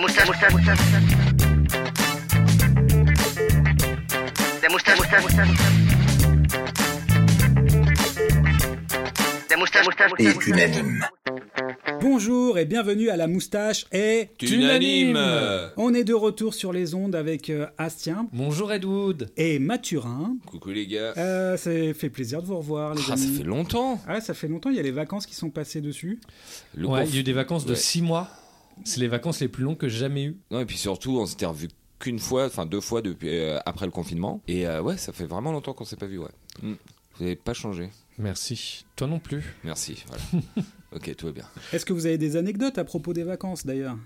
moustache, moustache, moustache. Des moustaches, moustaches, moustaches. Des moustaches, moustaches, et moustaches. unanime. Bonjour et bienvenue à la moustache et Unanime. On est de retour sur les ondes avec euh, Astien Bonjour Edwood. et Mathurin. Coucou les gars. Euh, ça fait plaisir de vous revoir les Ah, ça amis. fait longtemps. Ah, ça fait longtemps, il y a les vacances qui sont passées dessus. Le ouais, conf- il y a eu des vacances de Ouais. 6 mois. C'est les vacances les plus longues que j'ai jamais eues. Non, et puis surtout, on s'était revus qu'une fois, enfin deux fois depuis, euh, après le confinement. Et euh, ouais, ça fait vraiment longtemps qu'on s'est pas vu, ouais. Mm. Vous n'avez pas changé. Merci. Toi non plus. Merci. Voilà. ok, tout va bien. Est-ce que vous avez des anecdotes à propos des vacances d'ailleurs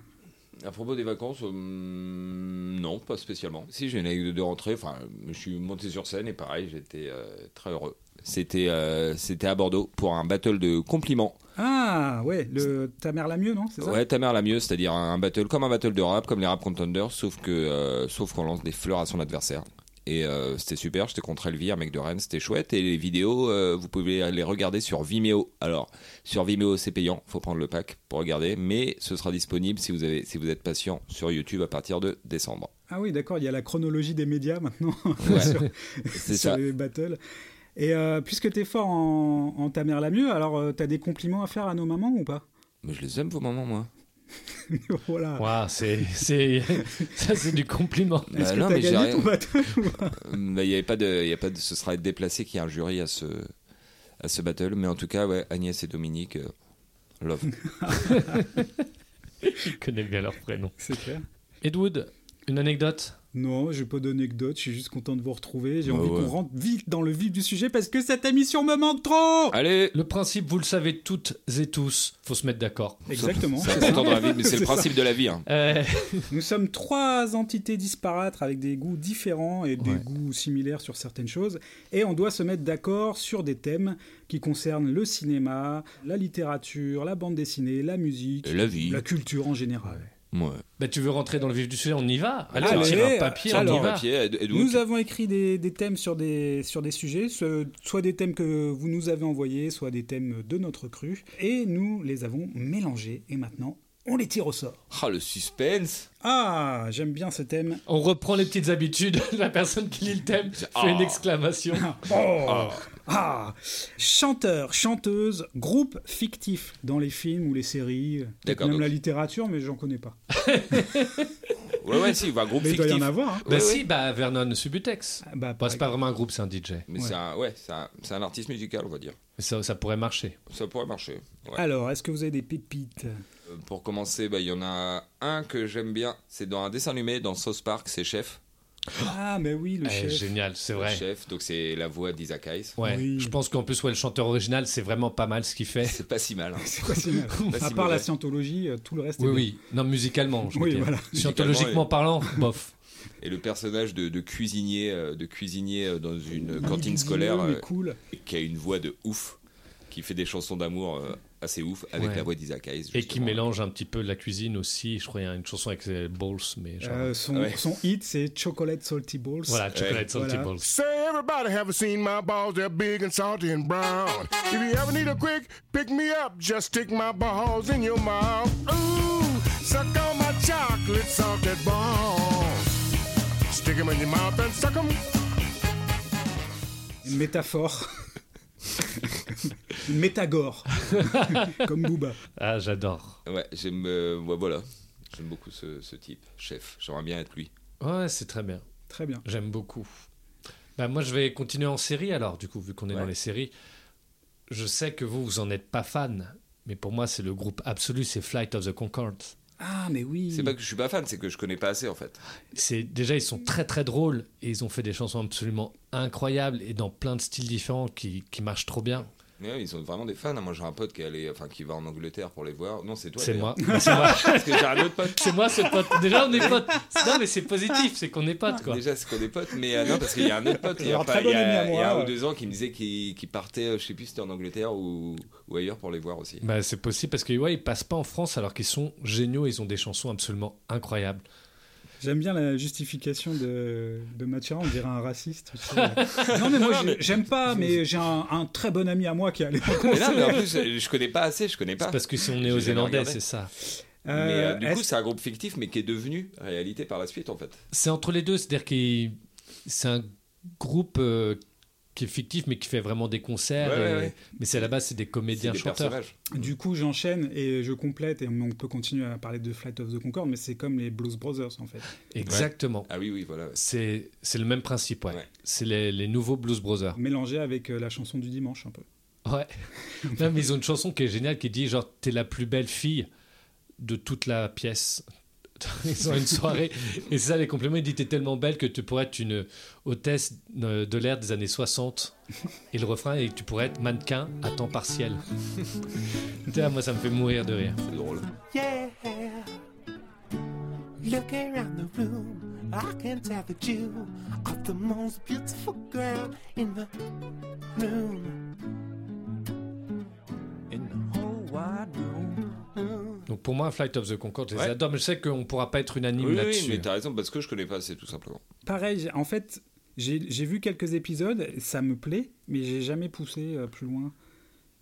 À propos des vacances, euh, mm, non, pas spécialement. Si j'ai une anecdote de rentrée, enfin, je suis monté sur scène et pareil, j'étais euh, très heureux. C'était euh, c'était à Bordeaux pour un battle de compliments. Ah ouais, le ta mère la mieux, non C'est ça Ouais, ta mère la mieux, c'est-à-dire un battle comme un battle de rap, comme les rap contenders, sauf que euh, sauf qu'on lance des fleurs à son adversaire. Et euh, c'était super, j'étais contre Elvire, mec de Rennes, c'était chouette. Et les vidéos, euh, vous pouvez les regarder sur Vimeo. Alors, sur Vimeo, c'est payant, faut prendre le pack pour regarder, mais ce sera disponible si vous, avez, si vous êtes patient sur YouTube à partir de décembre. Ah oui, d'accord, il y a la chronologie des médias maintenant Ouais, sur, c'est sur ça. les battles. Et euh, puisque t'es fort en, en ta mère la mieux, alors euh, t'as des compliments à faire à nos mamans ou pas Mais je les aime, vos mamans, moi. Voilà. Waouh, Ah. c'est, c'est, ça c'est du compliment. Est-ce Bah que non, t'as mais j'ai gagné rien. ton battle Mais il n'y avait pas de, il y a pas de, ce sera être déplacé qu'il y ait un jury à ce, à ce battle. Mais en tout cas, ouais, Agnès et Dominique, euh, love. Je connais bien leur prénom. C'est clair. Edwood, une anecdote Non, j'ai pas d'anecdote, je suis juste content de vous retrouver. J'ai Bah envie ouais. qu'on rentre vite dans le vif du sujet parce que cette émission me manque trop Allez, Le principe, vous le savez toutes et tous, faut se mettre d'accord. Exactement. C'est c'est ça. important dans la vie, mais c'est le C'est ça. principe de la vie. hein. Euh, Nous sommes trois entités disparates avec des goûts différents et des Ouais. goûts similaires sur certaines choses. Et on doit se mettre d'accord sur des thèmes qui concernent le cinéma, la littérature, la bande dessinée, la musique, Et la vie. la culture en général. Ouais. bah, tu veux rentrer dans le vif du sujet, on y va. Allez, Allez, on tire un papier, tire on Alors, y Sur va. le papier, Ed- Edwood, Nous avons écrit des, des thèmes sur des, sur des sujets, ce- soit des thèmes que vous nous avez envoyés, soit des thèmes de notre cru, et nous les avons mélangés, et maintenant, on les tire au sort. Ah, le suspense. Ah, j'aime bien ce thème. On reprend les petites habitudes. La personne qui lit le thème fait Ah. une exclamation. Oh. Ah Chanteur, chanteuse, groupe fictif dans les films ou les séries, peut-être D'accord, même donc- la littérature, mais j'en connais pas. Ouais, ouais, si, un groupe Mais il doit fictif. y en avoir. hein. Bah Ouais, si, ouais. bah Vernon Subutex. Ah, Bah, Bah, c'est pas vraiment un groupe, c'est un DJ. Mais Ouais. c'est un, ouais, c'est un, c'est un artiste musical, on va dire. Mais ça, ça pourrait marcher. Ça pourrait marcher. ouais. Alors, est-ce que vous avez des pépites Euh, Pour commencer, bah, il y en a un que j'aime bien. C'est dans un dessin animé, dans South Park, c'est Chef. Ah, mais oui, le Eh, chef. Génial, c'est Le vrai. Chef, donc c'est la voix d'Isaac Hayes. Ouais. Oui. Je pense qu'en plus, ouais, le chanteur original, c'est vraiment pas mal ce qu'il fait. C'est pas si mal. hein. C'est pas si mal. Pas si À part mauvais. la scientologie, euh, tout le reste Oui, est bien. oui. Non, musicalement, je veux Oui, dire. voilà. Scientologiquement parlant, bof. Et le personnage de, de cuisinier, euh, de cuisinier euh, dans une Il est cantine vieux, scolaire, mais euh, cool. qui a une voix de ouf, qui fait des chansons d'amour euh, assez ouf avec Ouais. la voix d'Isaac Hayes. Et qui justement. mélange un petit peu la cuisine aussi. Je crois qu'il y a une chanson avec les balls, mais genre. Euh, son, Ouais. son hit, c'est Chocolate Salty Balls. Voilà, chocolate salty voilà. balls. Say, everybody, have you seen my balls? They're big and salty and brown. If you ever need a quick pick me up, just stick my balls in your mouth. Ooh, suck on my chocolate salted balls. Stick 'em in your mouth and suck 'em. Une métaphore. Une métagore. Comme Booba. Ah, j'adore. Ouais, j'aime. euh, ouais, voilà. J'aime beaucoup ce, ce type, chef. J'aimerais bien être lui. Ouais, c'est très bien. Très bien. J'aime beaucoup. Bah, moi, je vais continuer en série alors, du coup, vu qu'on est Ouais. dans les séries. Je sais que vous, vous en êtes pas fan, mais pour moi, c'est le groupe absolu, c'est Flight of the Concorde. Ah, mais oui. Mm. C'est pas que je suis pas fan, c'est que je connais pas assez en fait. C'est déjà ils sont très très drôles et ils ont fait des chansons absolument incroyables et dans plein de styles différents qui, qui marchent trop bien. Mais ouais, ils sont vraiment des fans. hein. Moi j'ai un pote qui est allé, enfin qui va en Angleterre pour les voir. Non, c'est toi. c'est d'ailleurs. moi, Bah, c'est moi, Parce que j'ai un autre pote. c'est moi, c'est pote. Déjà on est potes. Non mais c'est positif, c'est qu'on est potes quoi. Déjà, c'est qu'on est potes, mais euh, non, parce qu'il y a un autre pote, il y a, Alors, pas- très il y bon ami a, à moi, il y a un euh. ou deux ans, qui me disait qu'il qu'il partait, euh, je sais plus si c'était en Angleterre ou, ou ailleurs pour les voir aussi. Bah, c'est possible parce que ouais, ils passent pas en France alors qu'ils sont géniaux, ils ont des chansons absolument incroyables. J'aime bien la justification de, de Mathurin, on dirait un raciste. tu sais. non, mais moi, j'ai- j'aime pas, mais j'ai un, un très bon ami à moi qui est allé en Mais non, mais en concert. plus, euh, je connais pas assez, je connais pas. C'est parce que si on est J'ai aux jamais Zélandais, regardé. c'est ça. Mais euh, du est-ce- coup, c'est un groupe fictif, mais qui est devenu réalité par la suite, en fait. C'est entre les deux, c'est-à-dire que c'est un groupe euh, qui est fictif mais qui fait vraiment des concerts. Ouais, et- ouais, ouais. Mais c'est à la base, c'est des C'est comédiens des chanteurs. personnages. Du coup, j'enchaîne et je complète, et on peut continuer à parler de Flight of the Concorde, mais c'est comme les Blues Brothers en fait. Exactement. Ah oui, oui, voilà. C'est c'est le même principe, ouais. Ouais. C'est les, les nouveaux Blues Brothers. Mélangé avec euh, la chanson du dimanche un peu. Ouais. non, mais ils ont une chanson qui est géniale qui dit genre, t'es la plus belle fille de toute la pièce. Ils ont une soirée. Et c'est ça, les compliments. Ils disent, t'es tellement belle que tu pourrais être une hôtesse euh, de l'air des années 60. Et le refrain est, tu pourrais être mannequin à temps partiel. Putain, moi, ça me fait mourir de rire. C'est drôle. Yeah. Look around the room. I can tell that you are the most beautiful girl in the room. In the whole wide room. Donc pour moi, Flight of the Concorde, je les Ouais. adore. Mais je sais qu'on pourra pas être unanime Oui, oui, là-dessus. mais t'as raison, parce que je connais pas, c'est tout simplement. Pareil, j'ai- en fait, j'ai j'ai vu quelques épisodes, ça me plaît, mais j'ai jamais poussé euh, plus loin.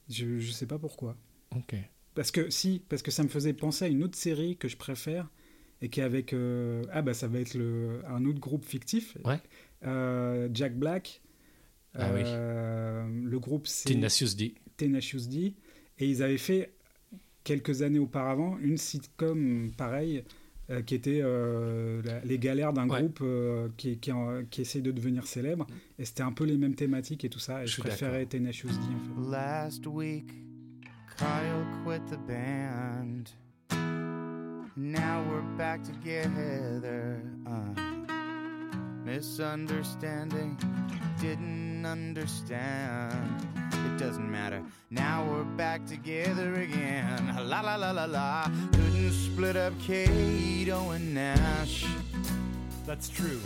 Je, je sais pas pourquoi. Ok. Parce que si, parce que ça me faisait penser à une autre série que je préfère et qui est avec euh, ah bah ça va être le, un autre groupe fictif. Ouais. Euh, Jack Black. Ah oui. oui. Le groupe c'est Tenacious D. Tenacious D et ils avaient fait quelques années auparavant une sitcom pareille euh, qui était euh, la- les galères d'un Ouais. groupe euh, qui, qui, en- qui essaye de devenir célèbre et c'était un peu les mêmes thématiques et tout ça et Je je, suis préférais Tenacious D en fait. Last week, Kyle quit the band. Now we're back together. Uh, misunderstanding, didn't understand. It doesn't matter. Now we're back together again. La la la la la. Couldn't split up Cato and Nash. That's true.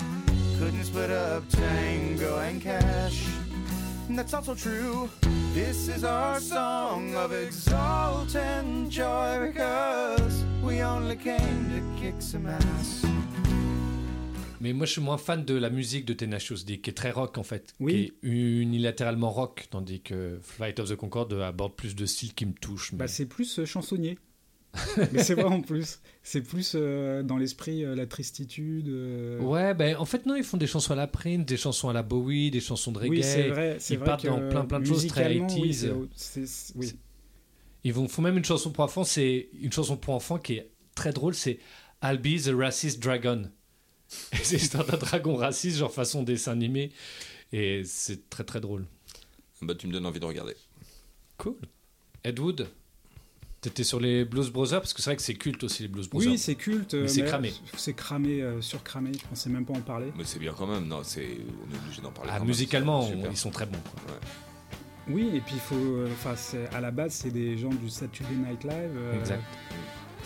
Couldn't split up Tango and Cash. And that's also true. This is our song of exultant joy because we only came to kick some ass. Mais moi, je suis moins fan de la musique de Tenacious D, qui est très rock en fait, Oui. qui est unilatéralement rock, tandis que Flight of the Concorde aborde plus de styles qui me touchent. mais- Bah, c'est plus euh, chansonnier. mais c'est vrai en plus. C'est plus euh, dans l'esprit euh, la tristitude. euh, Ouais, ben en fait non, ils font des chansons à la Prince, des chansons à la Bowie, des chansons de reggae. Oui, c'est vrai. C'est ils vrai partent que, dans plein, plein de choses très musicalement, oui, 80s. c'est- c'est- oui. Ils vont font même une chanson pour enfants. C'est une chanson pour enfants qui est très drôle. C'est I'll be the racist dragon. Et c'est l'histoire d'un dragon raciste, genre façon dessin animé. Et c'est très très drôle. Bah, tu me donnes envie de regarder. Cool. Ed Wood, t'étais sur les Blues Brothers parce que c'est vrai que c'est culte aussi les Blues Brothers. Oui, c'est culte. euh, c'est mais cramé. C'est cramé, euh, surcramé. On sait même pas en parler. Mais c'est bien quand même, non, c'est... on est obligé d'en parler. Ah, quand même, musicalement, c'est on- super. ils sont très bons. quoi. Oui, et puis il faut. euh, Enfin, c'est- à la base, c'est des gens du Saturday Night Live. euh, Exact.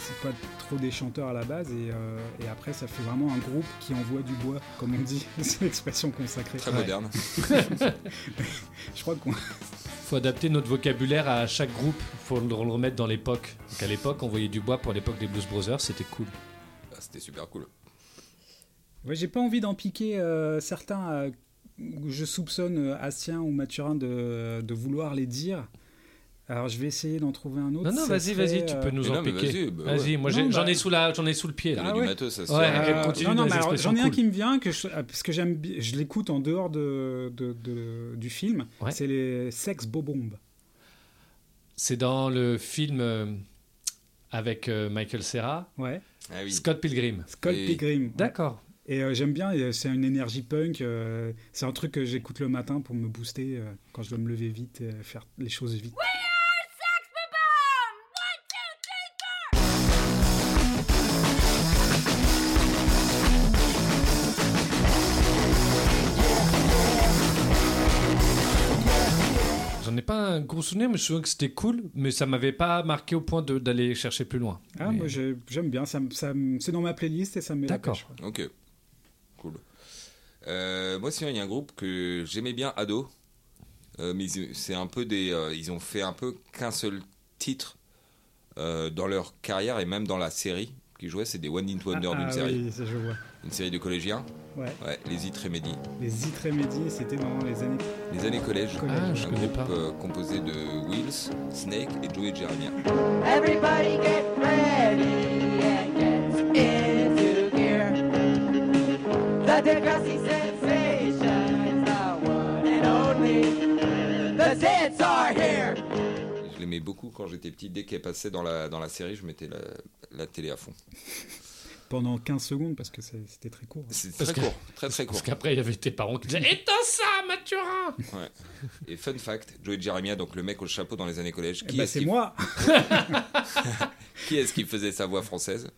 C'est pas trop des chanteurs à la base, et, euh, et après, ça fait vraiment un groupe qui envoie du bois, comme on dit. c'est l'expression consacrée. Très Ouais. moderne. Je crois qu'on. Faut adapter notre vocabulaire à chaque groupe. Faut le le remettre dans l'époque. Donc à l'époque, on voyait du bois pour l'époque des Blues Brothers, c'était cool. Ah, C'était super cool. Ouais, j'ai pas envie d'en piquer euh, certains. euh, je soupçonne euh, Astien ou Mathurin de, de vouloir les dire. Alors je vais essayer d'en trouver un autre. Non, non, Ça vas-y, serait, vas-y, tu euh, peux nous mais en non, mais piquer. vas-y, bah ouais. Vas-y, moi Non, j'ai- bah- j'en ai sous la, j'en ai sous le pied Il là. a Ah du ouais. matos, ça se Ouais. tient. Elle continue non, non, dans les mais alors, j'en ai expressions un cool. qui me vient que je, ah, parce que j'aime, bi- je l'écoute en dehors de, de- de- du film. Ouais. C'est les sex bobombes. C'est dans le film euh, avec euh, Michael Serra, Ouais. Ah oui. Scott Pilgrim. Scott Et- Pilgrim. ouais. D'accord. Et euh, j'aime bien. et, C'est une énergie punk. euh, c'est un truc que j'écoute le matin pour me booster euh, quand je dois me lever vite, euh, faire les choses vite. J'en ai pas un gros souvenir, mais je me souviens que c'était cool, mais ça m'avait pas marqué au point de- d'aller chercher plus loin. Ah, Mais- moi j'ai- j'aime bien. Ça, me- ça me- c'est dans ma playlist et ça me met la D'accord. pêche. ouais. Ok. Cool. Euh, moi, sinon, il y a un groupe que j'aimais bien, Ado. Euh, mais ils- c'est un peu des. euh, ils ont fait un peu qu'un seul titre euh, dans leur carrière et même dans la série qu'ils jouaient. C'est des One Hit Wonder Ah, d'une ah série. oui, ça, je vois. Une série de collégiens. Ouais. Ouais, les It Remedy. Les Itremédis, c'était dans les années. Les années collège. Collège. Ah, je Un connais groupe pas. euh, composé de Wills, Snake et Joey Jeremiah. Everybody get ready. A Degrassi sensation is the one and only. The Zeds are here. Je l'aimais beaucoup quand j'étais petit. Dès qu'elle passait dans la, dans la série, je mettais la, la télé à fond. Pendant 15 secondes, parce que c'est- c'était très court. C'est Parce très que- court, très très court. Parce qu'après, il y avait tes parents qui disaient Éteins ça, Mathurin Ouais. Et fun fact, Joey Jeremiah, donc le mec au chapeau dans les années collège, Eh qui ben, est-ce c'est qui, moi qui est-ce qui faisait sa voix française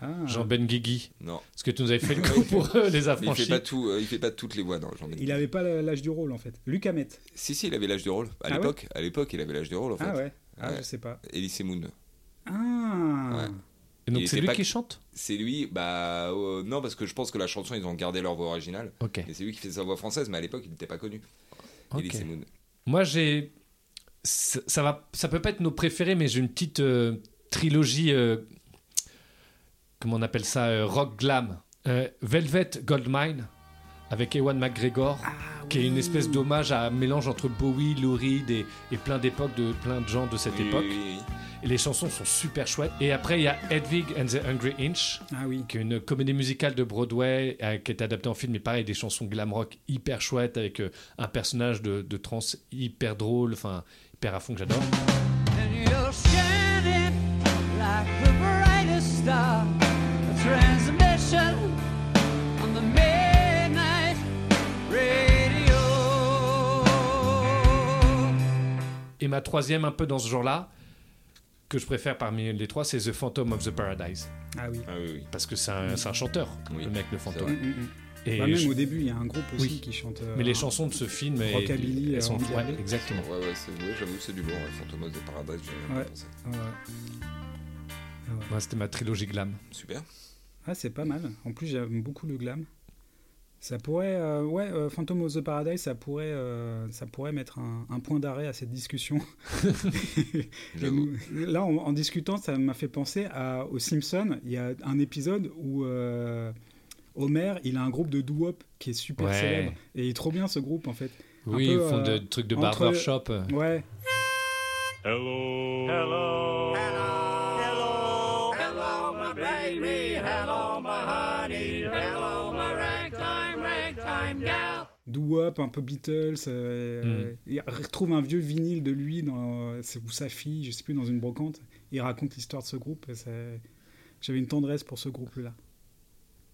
Ah. Jean Ben Guigui, Non, parce que tu nous avais fait le coup pour euh, les Mais il fait affranchis. pas tout, euh, il fait pas toutes les voix dans Jean Benguigui. Il avait pas l'âge du rôle en fait. Luc Hamet. Si si, il avait l'âge du rôle. À Ah l'époque, à l'époque, il avait l'âge du rôle en fait. Ah ouais. Ah, Ouais. je sais pas. Elise Moon. Ah. Ouais. Et donc, Il c'est était lui pas- qui chante C'est lui, bah euh, non parce que je pense que la chanson ils ont gardé leur voix originale. Ok. Et c'est lui qui fait sa voix française, mais à l'époque il n'était pas connu. Ok. Elise Moon. Moi, j'ai. Ça, ça va... ça peut pas être nos préférés, mais j'ai une petite euh, trilogie. euh, Comment on appelle ça euh, Rock glam. Euh, Velvet Goldmine, avec Ewan McGregor, Ah qui est une espèce d'hommage à un mélange entre Bowie, Lou Reed et, et plein d'époques, de plein de gens de cette Oui, époque. oui, oui, oui. Et les chansons sont super chouettes. Et après, il y a Hedwig and the Hungry Inch, Ah oui. qui est une comédie musicale de Broadway euh, qui est adaptée en film, mais pareil, des chansons glam rock hyper chouettes avec euh, un personnage de, de trans hyper drôle, enfin hyper à fond que j'adore. And you're shining like the brightest star. A transmission on the midnight radio. Et ma troisième, un peu dans ce genre-là, que je préfère parmi les trois, c'est The Phantom of the Paradise. Ah oui. Ah oui, oui. Parce que c'est un, c'est un chanteur, Oui, le mec, le c'est fantôme. vrai. Mm, mm, mm. Et Bah, même je- au début, il y a un groupe aussi Oui. qui chante. euh, mais les chansons de ce film, et- Rockabilly, elles sont euh, ouais, exactement. Ouais ouais, c'est ouais, j'avoue c'est du lourd. hein. Phantom of the Paradise. j'ai jamais Ouais. pensé. Ah ouais. Ouais, C'était ma trilogie glam. Super. Ah, c'est pas mal. En plus, j'aime beaucoup le glam. Ça pourrait, euh, ouais, euh, Phantom of the Paradise, ça pourrait, euh, ça pourrait mettre un, un point d'arrêt à cette discussion. Et J'avoue. nous- Là, en, en discutant, ça m'a fait penser à, aux Simpsons. Il y a un épisode où euh, Homer, il a un groupe de doo-wop qui est super Ouais. célèbre. Et il est trop bien ce groupe, en fait. Un Oui, peu, ils font euh, des trucs de entre- barbershop. euh. Ouais, doo-wop, un peu Beatles. Hmm. euh, Il retrouve un vieux vinyle de lui dans, c'est- ou sa fille, je sais plus, dans une brocante. Il raconte l'histoire de ce groupe. et ça- J'avais une tendresse pour ce groupe-là.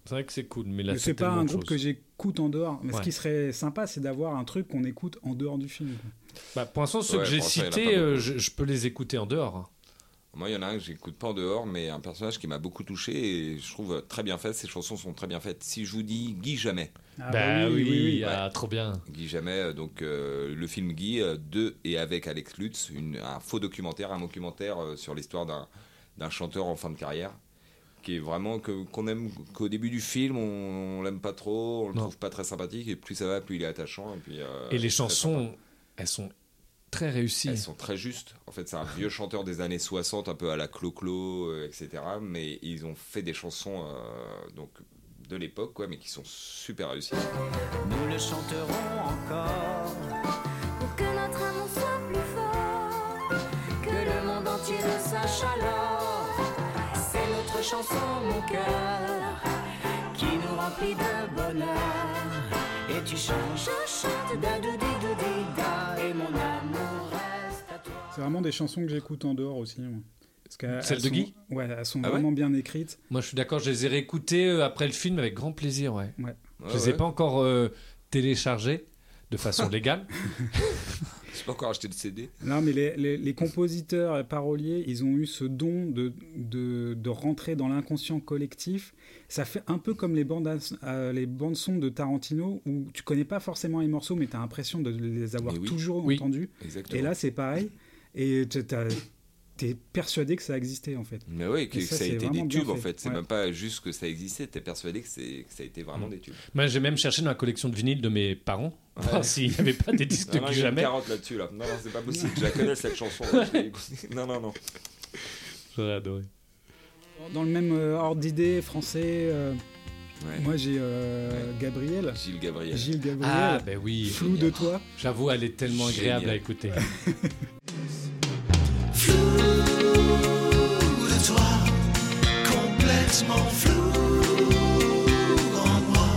C'est vrai que c'est cool, mais là, Mais C'est pas tellement un autre groupe chose. que j'écoute en dehors. Mais Ouais. ce qui serait sympa, c'est d'avoir un truc qu'on écoute en dehors du film. quoi. Bah, pour l'instant, ceux Ouais, que j'ai pour l'instant, il y en a pas cités, beaucoup. euh, je, je peux les écouter en dehors. hein. Moi, il y en a un que j'écoute pas en dehors, mais un personnage qui m'a beaucoup touché et je trouve très bien fait. Ses chansons sont très bien faites. Si je vous dis Guy Jamais, Ah bah oui, oui. ah, trop bien. Guy Jamais, euh, donc euh, le film Guy euh, de et avec Alex Lutz, une- un faux documentaire, un documentaire euh, sur l'histoire d'un d'un chanteur en fin de carrière, qui est vraiment que qu'on aime qu'au début du film on, on l'aime pas trop, on le Non. trouve pas très sympathique et plus ça va, plus il est attachant et puis. euh, Et les très chansons, elles sont très réussies. Elles sont très justes. En fait, c'est un vieux chanteur des années 60, un peu à la Clo-Clo, euh, etc. Mais ils ont fait des chansons euh, donc, de l'époque, quoi, mais qui sont super réussies. Nous le chanterons encore. Pour que notre amour soit plus fort, que le monde entier le sache alors. C'est notre chanson, mon cœur, qui nous remplit de bonheur. Et tu changes. Je chante da doudi doudi da, et mon amour reste à toi. C'est vraiment des chansons que j'écoute en dehors aussi. moi. Parce qu'elles- Celles elles de sont- Guy Ouais, elles sont Ah ouais vraiment bien écrites. Moi, je suis d'accord, je les ai réécoutées euh, après le film avec grand plaisir, ouais. Ouais, je les ai ouais. pas encore euh, téléchargées de façon légale. J'ai pas encore acheté de CD. Non, mais les, les- les compositeurs et paroliers, ils ont eu ce don de, de, de rentrer dans l'inconscient collectif. Ça fait un peu comme les bandes, as- euh, les bandes sons de Tarantino, où tu connais pas forcément les morceaux, mais tu as l'impression de les avoir Mais oui. toujours Oui. entendus. Exactement. Et là, c'est pareil. Et tu es persuadé que ça existait, en fait. mais oui, que Et ça, ça, a c'est été vraiment des bien tubes en fait. fait. C'est Ouais. même pas juste que ça existait. T'es persuadé que, c'est- que ça a été vraiment des tubes. Moi, j'ai même cherché dans la collection de vinyles de mes parents, voir Ouais. s'il n'y avait pas des disques Non, non, que il y a une jamais. carotte là-dessus là. Non, non, c'est pas possible. Je la connais cette chanson. Je l'ai écoutée. non, non, non. J'aurais adoré. Dans le même euh, ordre d'idée français, euh, Ouais. moi j'ai euh, Gabriel, Gilles Gabriel. Gilles Gabriel, Ah, ben oui. Flou de toi. Ah, J'avoue, elle est tellement agréable à Génial. écouter. flou de toi, complètement flou en moi.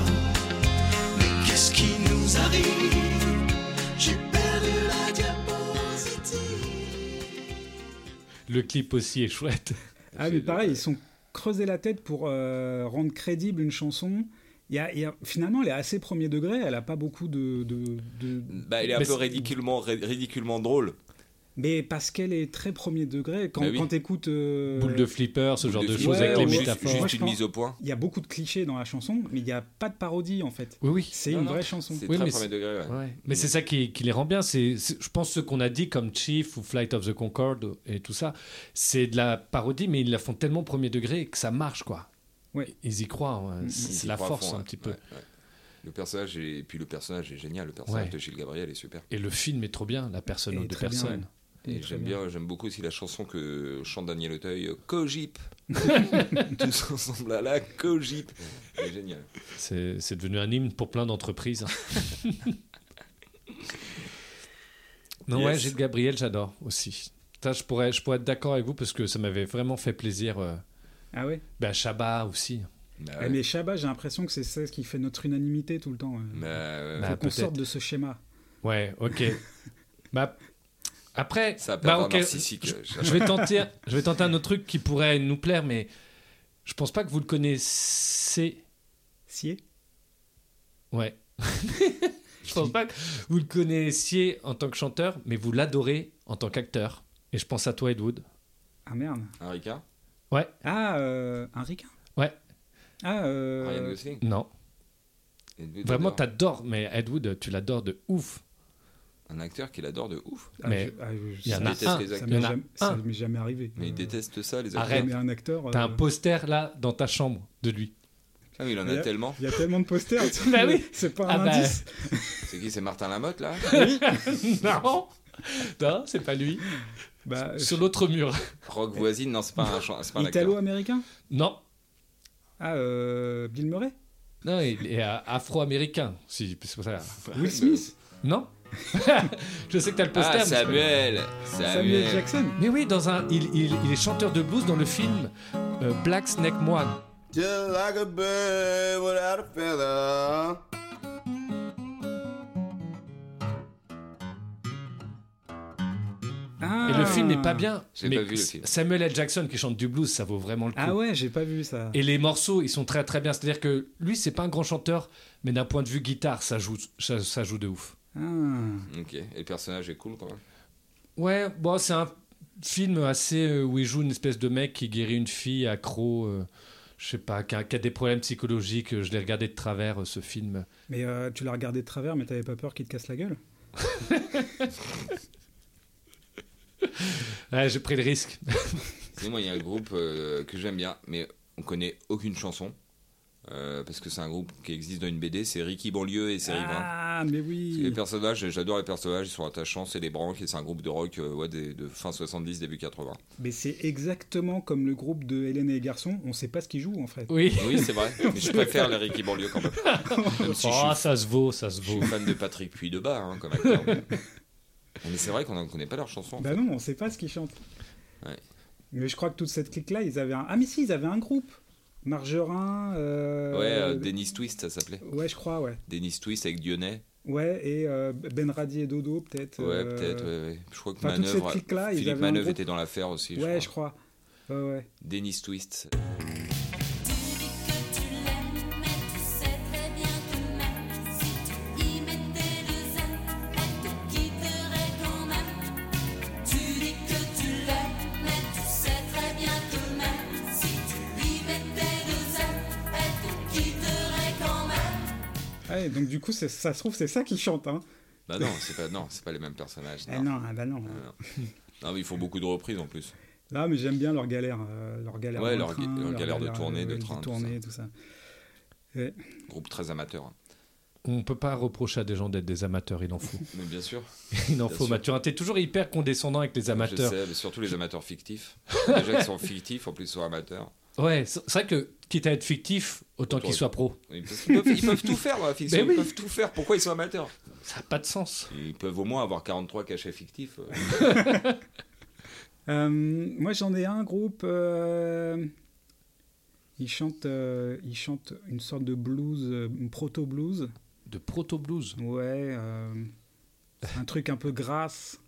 Le clip aussi est chouette. Ah, mais pareil, ils sont creusés la tête pour euh, rendre crédible une chanson. Il y a- il y a- finalement, elle est assez premier degré, elle a pas beaucoup de. de- de- Bah, il est un Mais peu c'est- ridiculement, ri- ridiculement drôle. Mais parce qu'elle est très premier degré, quand, Bah oui. quand t'écoutes. euh, Boule de flipper, ce genre de Boule de choses flipper, avec les ou juste- métaphores. Moi, Juste je une pense- mise au point. Il y a beaucoup de clichés dans la chanson, mais il n'y a pas de parodie en fait. Oui, oui. C'est Non, une non, vraie chanson. C'est Oui, très mais premier c'est- degré. ouais. Mais c'est ça qui, qui les rend bien. C'est, c'est- je pense ce qu'on a dit comme Chief ou Flight of the Concorde et tout ça, c'est de la parodie, mais ils la font tellement premier degré que ça marche, quoi. Ouais. Ils y croient. hein. Mm, C'est Ils y la croient à force, fond, un ouais. petit peu. Ouais, ouais. Le personnage est... et puis le personnage est génial. Le personnage Ouais. de Gilles Gabriel est super. Et le film est trop bien, la personne Il est aux deux très bien, personnes. Il est Et très j'aime bien. bien, j'aime beaucoup aussi la chanson que chante Daniel Auteuil, euh, Cogip. Tous ensemble à la Cogip. C'est génial. C'est, c'est devenu un hymne pour plein d'entreprises. non, Yes. ouais, Gilles Gabriel, j'adore aussi. Ça, je pourrais, je pourrais être d'accord avec vous parce que ça m'avait vraiment fait plaisir. euh, Ah ouais, Ben, Chabat aussi. Bah, Ah, Mais Chabat, j'ai l'impression que c'est ça qui fait notre unanimité tout le temps. euh. bah, ouais. Bah, Faut qu'on peut-être. sorte de ce schéma. Ouais, ok. bah, après, ça a bah, pas ok, narcissique. euh, Chabat. je vais tenter, je vais tenter un autre truc qui pourrait nous plaire, mais je pense pas que vous le connaissez. Si Ouais. je pense pas que vous le connaissiez en tant que chanteur, mais vous l'adorez en tant qu'acteur. Et je pense à toi, Ed Wood. Ah merde. Un Ricard Ah, euh, un ricain Ouais. Ah, euh, Ryan Gosling Non, Edward vraiment, Edward. t'adores, mais Ed Wood, tu l'adores de ouf. Un acteur qu'il adore de ouf. ah, mais je- ah, je- il y en ça- a déteste un. les Ça Il y m'est en a jamais, ça un. m'est jamais arrivé. Mais il Euh, déteste ça, les Mm. Arrête. acteurs. Mais un acteur. T'as euh, un poster là dans ta chambre de lui. Ah oui, il en Il y a a- tellement. Il y a tellement de posters. tu- Bah oui. C'est pas Ah un bah. indice. C'est qui C'est Martin Lamotte, là non, non, c'est pas lui. Bah, euh, Sur l'autre mur. Rock voisine, non, c'est pas un, chan- c'est pas un acteur. Italo-américain Non, Ah, euh, Bill Murray Non, il est euh, afro-américain, si c'est pour ça. Will Smith Non Je sais que t'as le poster. mais- Ah, Samuel Samuel Samuel Jackson Mais Bah oui, dans un, il, il- il est chanteur de blues dans le film euh, Black Snake Moan. Just like a bird without a feather. Et le film Ah. n'est pas bien. Ah. J'ai mais pas vu le film. Samuel L. Jackson qui chante du blues, ça vaut vraiment le coup. Ah ouais, j'ai pas vu ça. Et les morceaux, ils sont très très bien. C'est-à-dire que lui, c'est pas un grand chanteur, mais d'un point de vue guitare, ça joue, ça, ça joue de ouf. Ah. Ok, et le personnage est cool quand même. Ouais, bon, c'est un film assez euh, où il joue une espèce de mec qui guérit une fille accro, euh, je sais pas, qui a, qui a des problèmes psychologiques. Je l'ai regardé de travers euh, ce film. Mais euh, tu l'as regardé de travers, mais t'avais pas peur qu'il te casse la gueule Ouais, j'ai pris le risque. Sinon, moi, il y a un groupe euh, que j'aime bien, mais on connaît aucune chanson. euh, parce que c'est un groupe qui existe dans une BD, c'est Ricky Banlieue et c'est hein. Riverain. Ah, mais C'est Les oui personnages, j'adore les personnages, ils sont attachants, c'est les branques et c'est un groupe de rock euh, ouais, des- de fin 70, début 80. Mais c'est exactement comme le groupe de Hélène et les garçons, on sait pas ce qu'ils jouent en fait. Oui. Oui, c'est vrai, mais je préfère les Ricky Banlieue quand même. Même si je suis Oh, ça se vaut, ça se Je vaut. suis fan de Patrick Puy de Bas hein, comme acteur. mais c'est vrai qu'on ne connaît pas leurs chansons. Bah non, on sait pas ce qu'ils chantent. Ouais. Mais je crois que toute cette clique là, ils avaient un. Ah, mais si, ils avaient un groupe Margerin. euh, Ouais, euh, Dennis Twist, ça s'appelait. Ouais, je crois, ouais. Dennis Twist avec Dionnet. Ouais, et euh, Ben Radi et Dodo, peut-être. Ouais, euh, peut-être. ouais, ouais. Je crois que enfin, toute Manœuvre. cette clique-là, ils Philippe avaient un Manœuvre groupe. était dans l'affaire aussi. je Ouais, crois. je crois. Ouais, ouais. Dennis Twist. Tu dis que tu l'aimes, mais tu sais très bien qu'il m'aime. Si tu y mettais le zen, elle te quitterait quand même. Tu dis que tu l'aimes, mais tu sais très bien qu'il m'aime. Si tu y mettais le zen, elle te quitterait quand même. Ah, et donc du coup, c'est- ça se trouve, c'est ça qu'ils chantent. Hein. Bah non, c'est pas, non, c'est pas les mêmes personnages. Ah Non. non, ah bah non. Ah, non. Non, mais ils font beaucoup de reprises en plus. Là, mais j'aime bien leur galère. euh, leur galère Ouais, dans leur le train, ga- leur galère de tournée, de ouais, train, tout tournée, tout ça. Ouais. Groupe très amateur. hein. On peut pas reprocher à des gens d'être des amateurs, il en faut. Mais bien sûr. Il en Bien faut, sûr. Mathurin. T'es toujours hyper condescendant avec les amateurs. Je sais, mais surtout les amateurs fictifs. Déjà qu'ils sont fictifs, en plus ils sont amateurs. Ouais, c'est c'est vrai que quitte à être fictif, autant Autant qu'il être- soit pro. Ils peuvent, ils peuvent- ils peuvent tout faire dans la fiction. Mais Ils oui. peuvent tout faire. Pourquoi ils sont amateurs Ça n'a pas de sens. Ils peuvent au moins avoir 43 cachets fictifs. euh. Euh, moi, j'en ai un groupe. euh, ils, chantent, euh, ils chantent une sorte de blues, euh, une proto-blues. De proto blues. Ouais. euh, un truc un peu grasse.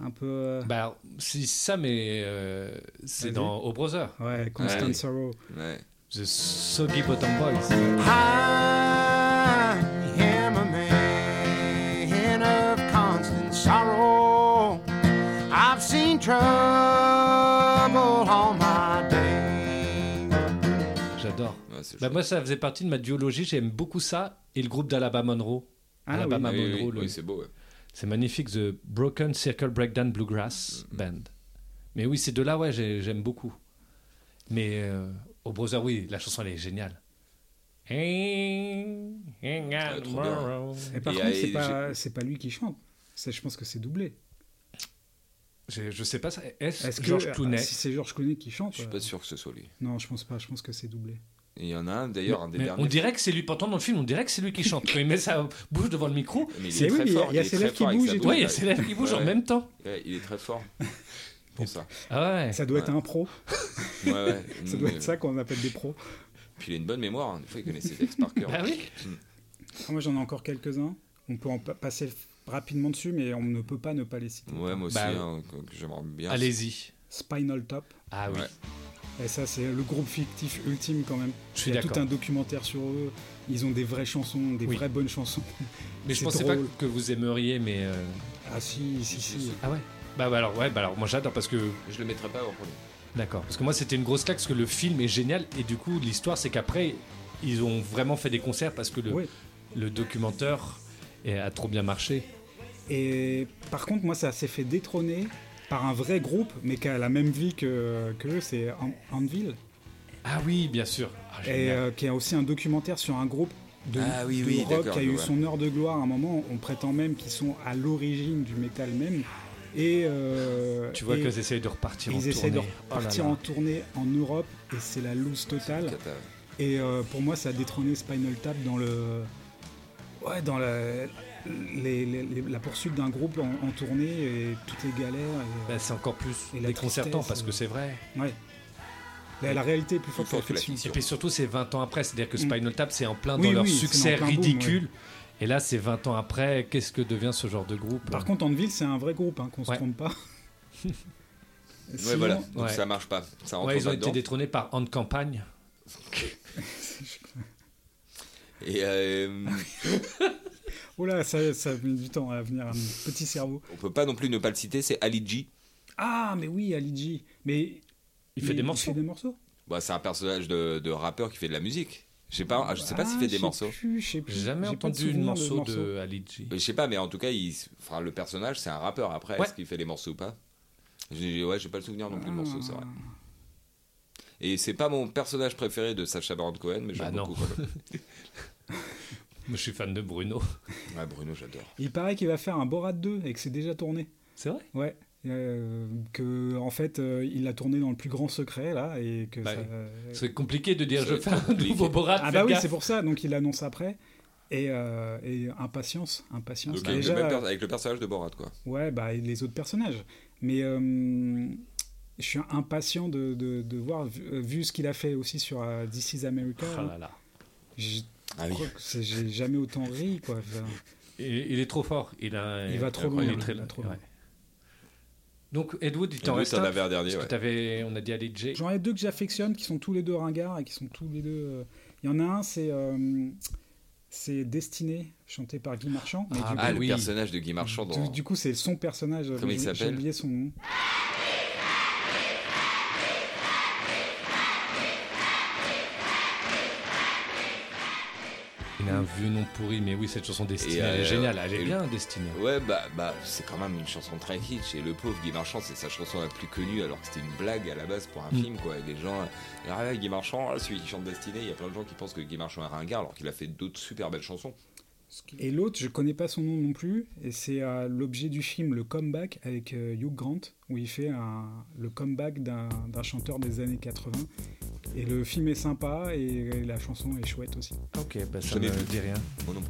un peu. euh, Bah, c'est ça, mais euh, Vas-y. c'est dans Au Brother. ouais, Constant Ouais. Sorrow. Ouais. The Soggy Bottom Boys. I am a man of constant sorrow. I've seen trouble all my days. J'adore. Ouais, c'est Bah, moi, ça faisait partie de ma duologie. J'aime beaucoup ça et le groupe d'Alabama Monroe. Ah Alabama chouette. Oui, oui, Monroe. le- oui, c'est beau. ouais. c'est magnifique, The Broken Circle Breakdown Bluegrass Mm, Band. Mais oui, ces deux-là, ouais, j'ai- j'aime beaucoup. Mais euh, Au Brother, oui, la chanson, elle est géniale. Hey, hang on trop bien. tomorrow. Et par Et, contre, euh, c'est et pas, c'est pas lui qui chante. Ça, je pense que c'est doublé. Je, je sais pas ça. Est-ce Est-ce que euh, ah, George Clooney si c'est Georges Clooney qui chante Je suis euh, pas sûr que ce soit lui. Non, je pense pas. Je pense que c'est doublé. Il y en a un d'ailleurs, un des Mais derniers. on dirait que c'est lui, pourtant dans le film, on dirait que c'est lui qui chante. Mais il met sa bouche devant le micro. Mais C'est- oui, mais il y a- il y a est ses très lèvres qui fort avec bougent sa et tout. bouche, Ouais, il y a là. ses lèvres qui bougent en Ouais. même temps. Ouais, il est très fort. Pour ça. Ah ouais. Ça doit être Ouais. un pro. Ouais, ouais. Ça doit Mais- être ça qu'on appelle des pros. Puis il a une bonne mémoire. hein. Des fois, il connaît ses textes par cœur. Bah oui. Ah, moi, j'en ai encore quelques-uns. On peut en pa- passer f- rapidement dessus, mais on ne peut pas ne pas les citer. Ouais, moi aussi, Bah, hein, que- que j'aimerais bien. Allez-y. Spinal Top. Ah oui. Ouais. Et ça, c'est le groupe fictif ultime quand même. Je suis Il y a tout d'accord. un documentaire sur eux. Ils ont des vraies chansons, des Oui. vraies bonnes chansons. Mais je c'est pensais drôle. pas que vous aimeriez, mais. euh, Ah si, si, si. Ah ouais. Bah, bah alors ouais, bah alors moi j'adore parce que Je le mettrai pas en premier. d'accord parce que moi c'était une grosse claque parce que le film est génial et du coup l'histoire c'est qu'après ils ont vraiment fait des concerts parce que le, Oui. le documentaire eh, a trop bien marché. Et par contre, moi, ça s'est fait détrôner par un vrai groupe, mais qui a la même vie que, que eux, c'est An- Anvil, Ah oui, bien sûr. Ah, et génial. euh, qui a aussi un documentaire sur un groupe de, Ah oui, de oui, rock d'accord, qui a je eu vois. son heure de gloire à un moment. On prétend même qu'ils sont à l'origine du métal même. Et euh, tu vois et qu'ils essayent de repartir en ils essaient de tournée. Oh là repartir là. en tournée en Europe, et c'est la loose Ah totale. Cata. Et euh, pour moi, ça a détrôné Spinal Tap dans le. Ouais, dans la, les- les- les- la poursuite d'un groupe en, en tournée et toutes les galères. et, euh, Bah, c'est encore plus Et la déconcertant tristesse, parce que euh, c'est vrai. ouais. La, la réalité est plus forte que la forte que la fiction. Et puis surtout, c'est 20 ans après. C'est-à-dire que Mm. Spinal Tap, c'est en plein dans Oui, leur oui, c'est succès en plein boom, ridicule. Et là, c'est 20 ans après. Qu'est-ce que devient ce genre de groupe Par contre, Anvil, c'est un vrai groupe, hein, qu'on se Ouais. trompe pas. Ouais, Sinon, voilà. Donc Ouais. ça marche pas. Ça rentre ouais, ils pas ont été dedans. détrônés par Hand Campagne. Et euh, Oula, ça, ça a mis du temps à venir à mon petit cerveau. on peut pas non plus ne pas le citer, c'est Ali G. Ah, mais oui, Ali G. Mais. Il fait des Il morceaux. fait des morceaux. Bah, c'est un personnage de, de rappeur qui fait de la musique. Je sais pas, ah, je sais pas Ah, s'il fait je des sais morceaux. plus, je sais plus. J'ai J'ai jamais pas de entendu de souvenir morceau morceaux. de Ali G. Mais Je sais pas, mais en tout cas, il, s- enfin, le personnage, c'est un rappeur. Après, Ouais. est-ce qu'il fait les morceaux ou pas J'ai- Ouais, j'ai pas le souvenir non plus de morceaux, c'est vrai. Et c'est pas mon personnage préféré de Sacha Baron Cohen, mais j'aime Bah non. beaucoup. quand même. Moi, je suis fan de Bruno. Ouais, Bruno, j'adore. Il paraît qu'il va faire un Borat 2 et que c'est déjà tourné. C'est vrai Ouais. Euh, que en fait euh, il l'a tourné dans le plus grand secret là et que Bah ça- euh, oui. C'est compliqué de dire Ça je va fais être un compliqué. nouveau Borat. ah faites bah oui gaffe. c'est pour ça donc il l'annonce après et, euh, et impatience impatience Donc, Bah, avec, déjà, le même per- avec le personnage de Borat, quoi. ouais bah et les autres personnages mais euh, je suis impatient de, de- de voir vu, euh, vu ce qu'il a fait aussi sur euh, This Is America Ah là là. j'ai- Ah oui. je crois que c'est- j'ai jamais autant ri quoi Enfin, Il, il est trop fort. Il, a, Il va trop loin, il est il très- va trop loin. ouais. Donc, Ed Wood, il Et t'en lui, reste t'en un. avais un dernier, Parce que ouais. t'avais- on a dit Ali G. J'en ai deux que j'affectionne, qui sont tous les deux ringards et qui sont tous les deux. euh, Il y en a un, c'est euh, c'est Destiné, chanté par Guy Marchand. mais Ah, du, Ah, bah le oui. personnage de Guy Marchand du- dans. du coup, c'est son personnage. Comment j'ai- il J'ai s'appelle oublié son nom. Il a un vieux nom pourri, mais oui, cette chanson Destinée, Et, elle est euh, géniale. Elle et- est bien, Destinée. Ouais, bah, bah c'est quand même une chanson très kitsch. Et le pauvre Guy Marchand, c'est sa chanson la plus connue, alors que c'était une blague à la base pour un Mm. film, quoi. Et les gens. euh, Ah, ouais, Guy Marchand, ah, celui qui chante Destiné, il y a plein de gens qui pensent que Guy Marchand est ringard, alors qu'il a fait d'autres super belles chansons. Et l'autre, je connais pas son nom non plus. Et c'est euh, l'objet du film Le Comeback avec euh, Hugh Grant, où il fait un- le comeback d'un d'un chanteur des années 80. Et le film est sympa et, et la chanson est chouette aussi. Ok, bah Je ça l'ai me vu. dit rien. Oh non. I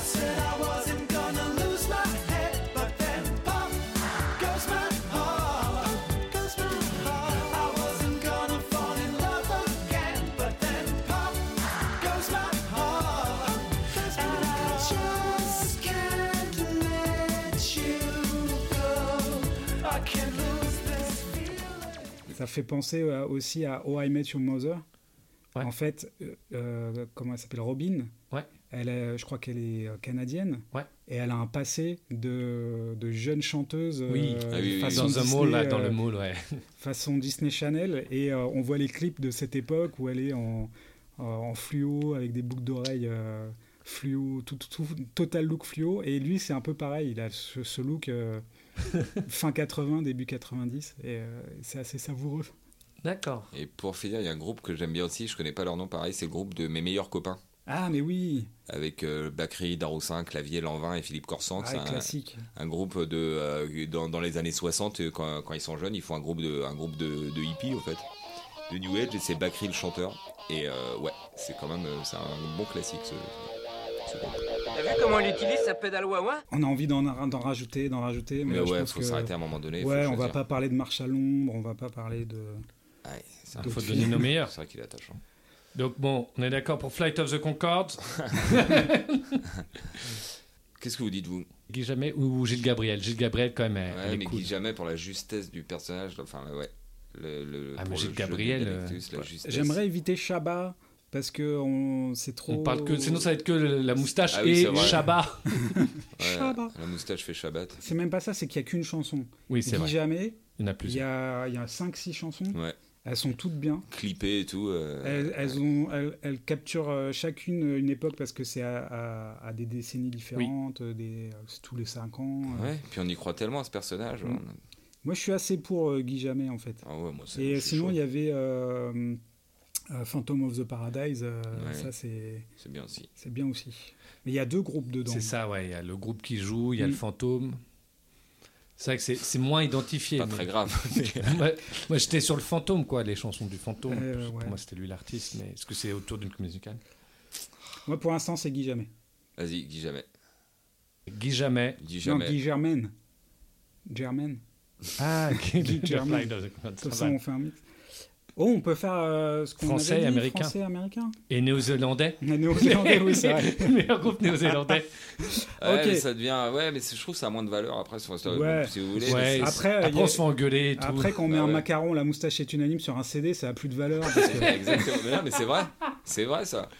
said I wasn't gonna lose my head, but then pop goes my heart. Goes my heart. I wasn't gonna fall in love again, but then pop goes my heart. And I just can't let you go. Ça fait penser euh, aussi à Oh I Met Your Mother. En fait, euh, euh, comment elle s'appelle Robin. Ouais. Elle est- je crois qu'elle est euh, canadienne. Ouais. Et elle a un passé de, de jeune chanteuse. Oui. euh, Ah oui, oui, oui. façon Dans un Disney, moule, là, dans le euh, moule, ouais. Façon Disney Channel. Et euh, on voit les clips de cette époque où elle est en, en- en fluo avec des boucles d'oreilles euh, fluo, tout, tout- tout- total look fluo. Et lui, c'est un peu pareil. Il a ce, ce look euh, fin 80, début 90. Et euh, c'est assez savoureux. D'accord. Et pour finir, il y a un groupe que j'aime bien aussi, je connais pas leur nom pareil, c'est le groupe de mes meilleurs copains. Ah, mais oui Avec euh, Bakri, Daroussin, Clavier, Lanvin et Philippe Corsan. Ah, c'est un, classique. un groupe de. euh, dans, dans les années 60, euh, quand, quand ils sont jeunes, ils font un groupe de, un groupe de, de hippies, en fait. De New Age, et c'est Bakri le chanteur. Et euh, ouais, c'est quand même. euh, C'est un bon classique, ce, ce groupe. T'as vu comment il utilise sa pédale wah On a envie d'en d'en rajouter, d'en rajouter. Mais, Mais là, je ouais, pense faut que- s'arrêter à un moment donné, faut Ouais, on va choisir. pas parler de Marche à l'ombre, on va pas parler de. un- d'autres faut films. donner nos meilleurs. C'est vrai qu'il est attachant. Donc bon, on est d'accord pour Flight of the Concorde Qu'est-ce que vous dites, vous Guy Jamais ou Gilles Gabriel Gilles Gabriel, quand même, elle, Ouais, elle mais est cool. qui jamais pour la justesse du personnage. Enfin, ouais. Le, le, Ah, mais pour le Gilles jeu du Gabriel, Galactus, euh, la ouais. justesse. J'aimerais éviter Shabba parce que on... c'est trop. On parle que, sinon ça va être que la moustache Ah oui, c'est et vrai. Shabba. Ouais, Shabbat. La moustache fait Shabbat. C'est même pas ça, c'est qu'il y a qu'une chanson. Oui, c'est Dis vrai. jamais. Il y en a Il y a, il y a 5-6 chansons. Ouais. Elles sont toutes bien. Clippé et tout. euh, Elles, elles ont, elles, elles capturent euh, chacune une époque parce que c'est à, à- à des décennies différentes, euh, des, euh, c'est tous les 5 ans. euh. Ouais, puis on y croit tellement à ce personnage. Mm. Moi, je suis assez pour euh, Guy Jamais, en fait. Ah ouais, moi, c'est- Et je suis sinon, chaud. il y avait euh, euh, Phantom of the Paradise. euh, Ouais. Ça, c'est. C'est bien aussi. C'est bien aussi. Mais il y a deux groupes dedans. C'est ça, ouais. Il y a le groupe qui joue, il y a le Mm. fantôme. C'est vrai que c'est- c'est moins identifié. Pas mais- très grave. moi, moi, j'étais sur le fantôme, quoi, les chansons du fantôme. Euh, Pour ouais. moi, c'était lui l'artiste, mais est-ce que c'est autour d'une comédie musicale Moi, pour l'instant, c'est Guy Jamais. Vas-y, dis jamais. Guy Jamais. Dis Non, Guy jamais. Germaine. Germaine. Ah, Guy Germaine. Germaine. Comme ça, on fait un mix. Oh, on peut faire euh, ce qu'on Français, avait dit, américain. Français, américain. Et néo-zélandais. On a néo-zélandais, oui, c'est vrai. Le meilleur groupe néo-zélandais. Ouais, Ok. mais ça devient. Ouais, mais c'est- je trouve que ça a moins de valeur après. sur- sur- Ouais. Si vous voulez. Ouais, mais Après, après, il y a- on se fait engueuler et tout. Après, quand on met Bah un ouais. macaron, la moustache est unanime sur un CD, ça a plus de valeur. parce c'est- que- c'est- Exactement. Mais non, mais c'est vrai. C'est vrai, ça.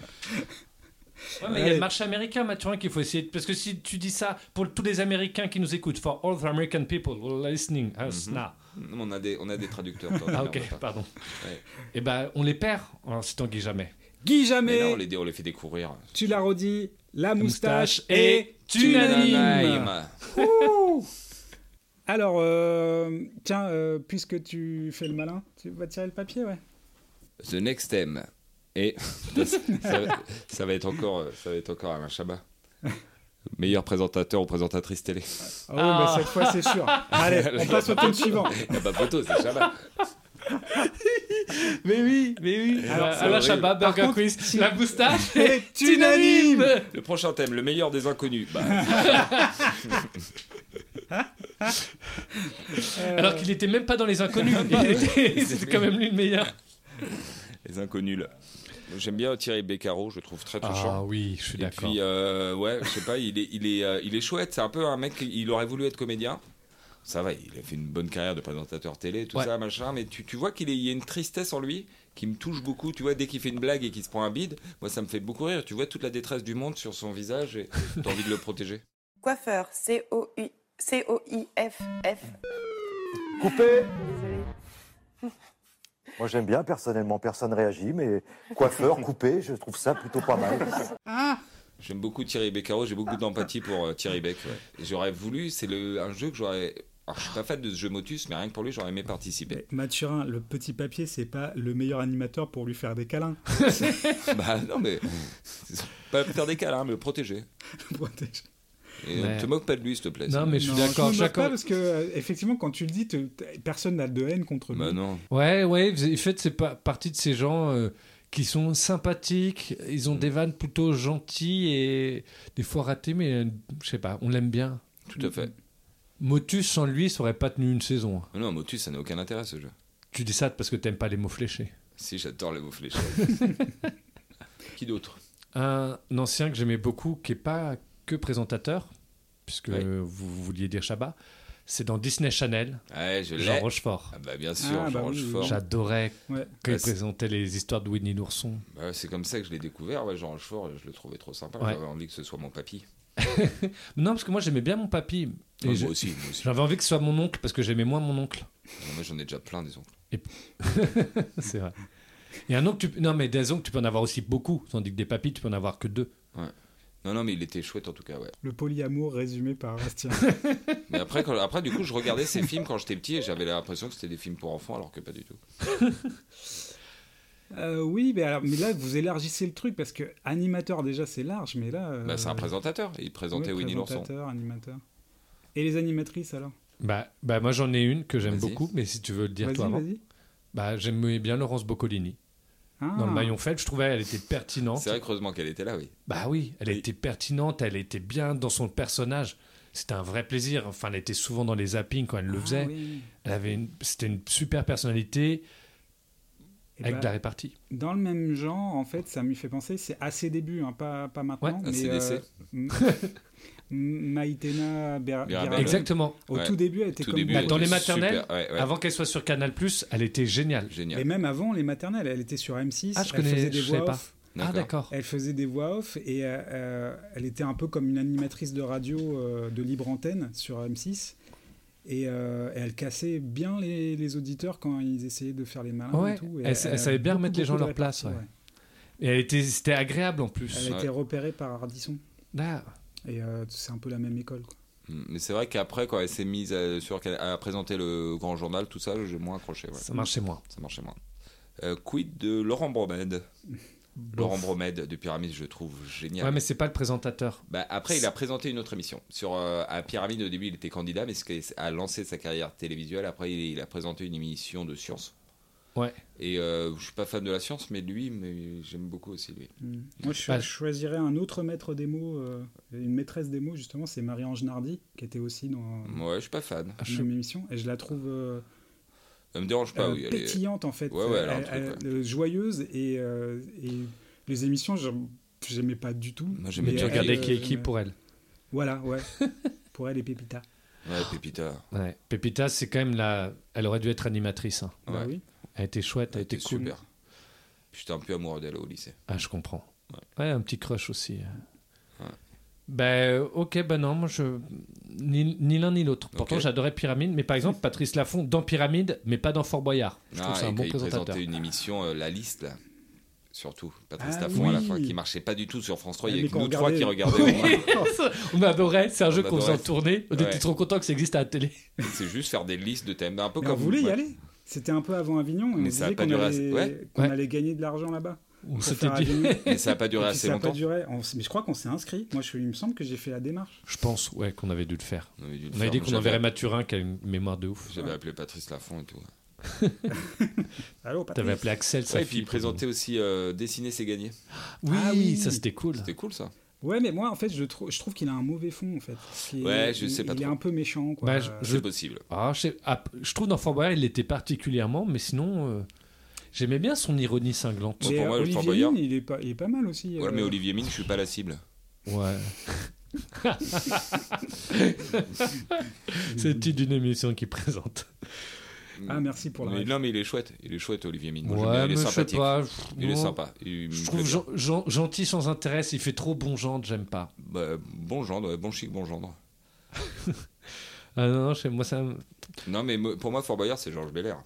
Ouais, mais il y a le marché américain, Mathurin, qu'il faut essayer. de- Parce que si tu dis ça pour tous les Américains qui nous écoutent, for all the American people who are listening us Mhm. now. Non, On a des, on a des traducteurs. toi, Ah, merde, ok, papa. pardon. Ouais. Eh ben, on les perd en citant Guy Jamais. Guy Mais là, Jamais, on les, dé- on les fait découvrir. tu l'as redit, la moustache, moustache est est unanime. unanime. Ouh. Alors, euh, tiens, euh, puisque tu fais le malin, tu vas tirer le papier, ouais. The next theme. Et ça, va- ça va être encore, euh, ça va être encore Alain Chabat. Meilleur présentateur ou présentatrice télé. Ah oui, bah, cette fois, c'est sûr. Allez, on passe au thème suivant. Il n'y a pas Ah bah, photo, c'est Chabat. Mais oui, mais oui. Alors, Alors, c'est Alain horrible. Chabat, Par Burger contre, Quiz, si- la moustache Est est unanime. unanime. Le prochain thème, le meilleur des inconnus. Bah, Alors qu'il n'était même pas dans les inconnus. Il était- C'était quand même lui le meilleur. les inconnus là. J'aime bien Thierry Beccaro, je le trouve très touchant. Ah oui, je suis Et d'accord. puis euh, ouais, je sais pas, il est, il est, euh, il est chouette. C'est un peu un mec, il aurait voulu être comédien. Ça va, il a fait une bonne carrière de présentateur télé, tout Ouais. ça, machin. Mais tu, tu vois qu'il est- il y a une tristesse en lui qui me touche beaucoup. Tu vois, dès qu'il fait une blague et qu'il se prend un bide, moi ça me fait beaucoup rire. Tu vois toute la détresse du monde sur son visage et t'as envie de le protéger. Coiffeur, C-O-I-F-F. Coupé Désolée. Moi j'aime bien, personnellement, personne réagit, mais coiffeur, coupé, je trouve ça plutôt pas mal. Ah, J'aime beaucoup Thierry Beccaro, j'ai beaucoup d'empathie pour euh, Thierry Beck. ouais. Et J'aurais voulu, c'est le- un jeu que j'aurais. Alors, je suis pas fan de ce jeu Motus, mais rien que pour lui, j'aurais aimé participer. Mathurin, le petit papier, c'est pas le meilleur animateur pour lui faire des câlins. bah non, mais. Pas faire des câlins, hein, mais le protéger. Et Ouais. ne te moque pas de lui, s'il te plaît. Non, mais je suis d'accord. Je me moque Chacun- pas parce que euh, effectivement, quand tu le dis, te- t- personne n'a de haine contre lui. Bah non. Ouais, ouais, vous- en fait, c'est pas partie de ces gens euh, qui sont sympathiques, ils ont des vannes plutôt gentilles et des fois ratées, mais euh, je sais pas, on l'aime bien. Tout à fait. Motus, sans lui, ça aurait pas tenu une saison. hein. Mais Non, Motus, ça n'a aucun intérêt ce jeu. Tu dis ça parce que t'aimes pas les mots fléchés. Si, j'adore les mots fléchés. Qui d'autre Un ancien que j'aimais beaucoup, qui est pas que présentateur, puisque Oui. euh, vous, vous vouliez dire Chabat, c'est dans Disney Channel. Ouais, je Jean l'ai. Rochefort. Ah bah, bien sûr, Ah, Jean bah oui, oui. Rochefort. J'adorais Ouais. quand Ouais, il c'est- présentait les histoires de Winnie l'ourson. Bah, c'est comme ça que je l'ai découvert, ouais, Jean Rochefort, je le trouvais trop sympa, Ouais. j'avais envie que ce soit mon papy. Non, parce que moi j'aimais bien mon papy. Ah, moi je- aussi, moi aussi. J'avais envie que ce soit mon oncle parce que j'aimais moins mon oncle. Non, Moi j'en ai déjà plein, disons. Et- c'est vrai. Et un oncle, tu... non mais des oncles, tu peux en avoir aussi beaucoup, tandis que des papis, tu peux en avoir que deux. Ouais. Non, non, mais il était chouette en tout cas, ouais. Le polyamour résumé par Bastien. Mais après, quand- après, du coup, je regardais ces films quand j'étais petit et j'avais l'impression que c'était des films pour enfants alors que pas du tout. Euh, oui, mais, alors- mais là, vous élargissez le truc parce que animateur, déjà, c'est large, mais là. euh, Bah, c'est un présentateur, il présentait ouais, Winnie l'ourson. présentateur, animateur. Et les animatrices alors Bah, bah moi j'en ai une que j'aime Vas-y. beaucoup, mais si tu veux le dire Vas-y, toi avant. vas-y. Bah j'aimais bien Laurence Boccolini. Ah. Dans le maillon faible, je trouvais elle était pertinente. C'est vrai que heureusement qu'elle était là, oui. Bah oui, elle était pertinente, elle était bien dans son personnage. C'était un vrai plaisir. Enfin, elle était souvent dans les zappings quand elle le faisait. Ah oui. Elle avait une- c'était une super personnalité Eh avec ben, de la répartie. Dans le même genre, en fait, ça m'y fait penser, c'est à ses débuts, hein, pas, pas maintenant. Ouais. mais, ACDC. euh, M- Maïtena Ber- Birabel. Exactement. Au tout début, elle était comme Bah, dans les était super- maternelles, ouais, ouais. avant qu'elle soit sur Canal+, elle était géniale. Et Génial. même avant les maternelles, elle était sur M6, Ah, je elle connais- faisait des je voix savais pas. off. Ah d'accord. Elle faisait des voix off et euh, euh, elle était un peu comme une animatrice de radio euh, de libre antenne sur M6. Et euh, elle cassait bien les, les auditeurs quand ils essayaient de faire les malins Ouais, et tout. Et elle, elle savait bien beaucoup, remettre les gens à beaucoup de leur place. répartie, ouais. Et elle était, c'était agréable en ouais. plus. Elle a été repérée par Ardisson. Ah, Et euh, c'est un peu la même école. quoi. Mm, Mais c'est vrai qu'après, quand elle s'est mise à, sur, qu'elle- à présenter le grand journal, tout ça, j'ai moins accroché. ouais. ça marchait moins. Ça marchait moins. Euh, quid de Laurent Bromède Laurent Bromède de Pyramide, je trouve génial. Ouais, mais c'est pas le présentateur. Bah, après, il a présenté une autre émission. Sur, euh, à Pyramide, au début, il était candidat, mais ce qui a lancé sa carrière télévisuelle. Après, il, il a présenté une émission de science. Ouais. Et euh, je suis pas fan de la science, mais lui, mais j'aime beaucoup aussi lui. Mm. Moi, je, Bah, je choisirais un autre maître des mots, euh, une maîtresse des mots, justement, c'est Marie-Ange Nardi, qui était aussi dans Mm. la Ouais, je suis pas fan. même émission. Et je la trouve euh, Ça me dérange pas. euh, oui, elle est- pétillante, en fait. Ouais, ouais, elle a un Elle- truc, ouais. elle- euh, joyeuse et, euh, et les émissions, j'aim- j'aimais pas du tout. Moi, j'aimais Mais bien Tu elle, regardais euh, qui est qui j'aimais- pour elle. Voilà, ouais. pour elle et Pépita. Ouais, Pépita. Ouais. Pépita, c'est quand même la. Elle aurait dû être animatrice. hein. Bah Ouais. oui. Elle était chouette, elle, Elle était était cool. super. J'étais un peu amoureux d'elle au lycée. Ah, je comprends. Ouais. Ouais, un petit crush aussi. euh. Ouais. Ben, ok, ben non, moi je. Ni, ni l'un ni l'autre. Pourtant, Ok. j'adorais Pyramide, mais par exemple, Patrice Laffont dans Pyramide, mais pas dans Fort Boyard. Je trouve Ah, que c'est un et bon quand il présentateur. présentait une émission, euh, La Liste, là. Surtout, Patrice Ah Laffont à la oui. Ah, fin, qui marchait pas du tout sur France 3. Il y Mais avait que qu'on nous trois qui regardait. regardions. hein. au moins. On adorait, c'est un jeu On qu'on faisait adorait. tourner. On Ouais. était trop contents que ça existe à la télé. C'est juste faire des listes de thèmes. Un peu Mais on comme voulait y ouais. aller. C'était un peu avant Avignon. et On Mais ça a disait pas qu'on duré allait, assez- ouais. qu'on Ouais. allait gagner de l'argent là-bas. On pour s'était faire dit. Avignon. Mais ça a pas duré Et puis, assez ça a pas longtemps. duré. On s- mais je crois qu'on s'est inscrit. Moi, je, il me semble que j'ai fait la démarche. Je pense, ouais, qu'on avait dû le faire. On avait dû On le avait faire, dit mais qu'on j'avais- enverrait Mathurin qui a une mémoire de ouf. J'avais appelé Patrice Laffont et tout. Allô, Patrice T'avais appelé Axel, ça Ouais, et puis il présentait aussi euh, Dessiner, c'est gagner. Oui, Ah oui. ça c'était cool. C'était cool ça. Ouais, mais moi, en fait, je, trou- je trouve qu'il a un mauvais fond, en fait. Qu'il- Ouais, je sais pas Il est trop. un peu méchant, quoi. Bah, je- Euh, C'est possible. Ah, je, sais- ah, je trouve dans Fort Boyard, il l'était particulièrement, mais sinon, euh, j'aimais bien son ironie cinglante. Moi, mais, Bah, pour euh, moi, le Fort Olivier Boyard. Mine, il est pas, il est pas mal aussi. Ouais, euh, mais Olivier Mine, je suis pas la cible. Ouais. C'est le titre d'une émission qui présente. Ah, merci pour la Mais, réponse. non, mais il est chouette. Il est chouette, Olivier Mine. Moi, j'aime bien. ouais, il mais est je sais sympathique. pas. Il est non. sympa. Il me Je plaît trouve bien. gen- gen- gentil sans intérêt, il fait trop bon gendre, j'aime pas. Bah, bon gendre, ouais, bon chic, bon gendre. Ah non, non, chez moi ça. me- Non, mais mo- pour moi, Fort Boyard, c'est Georges Belair.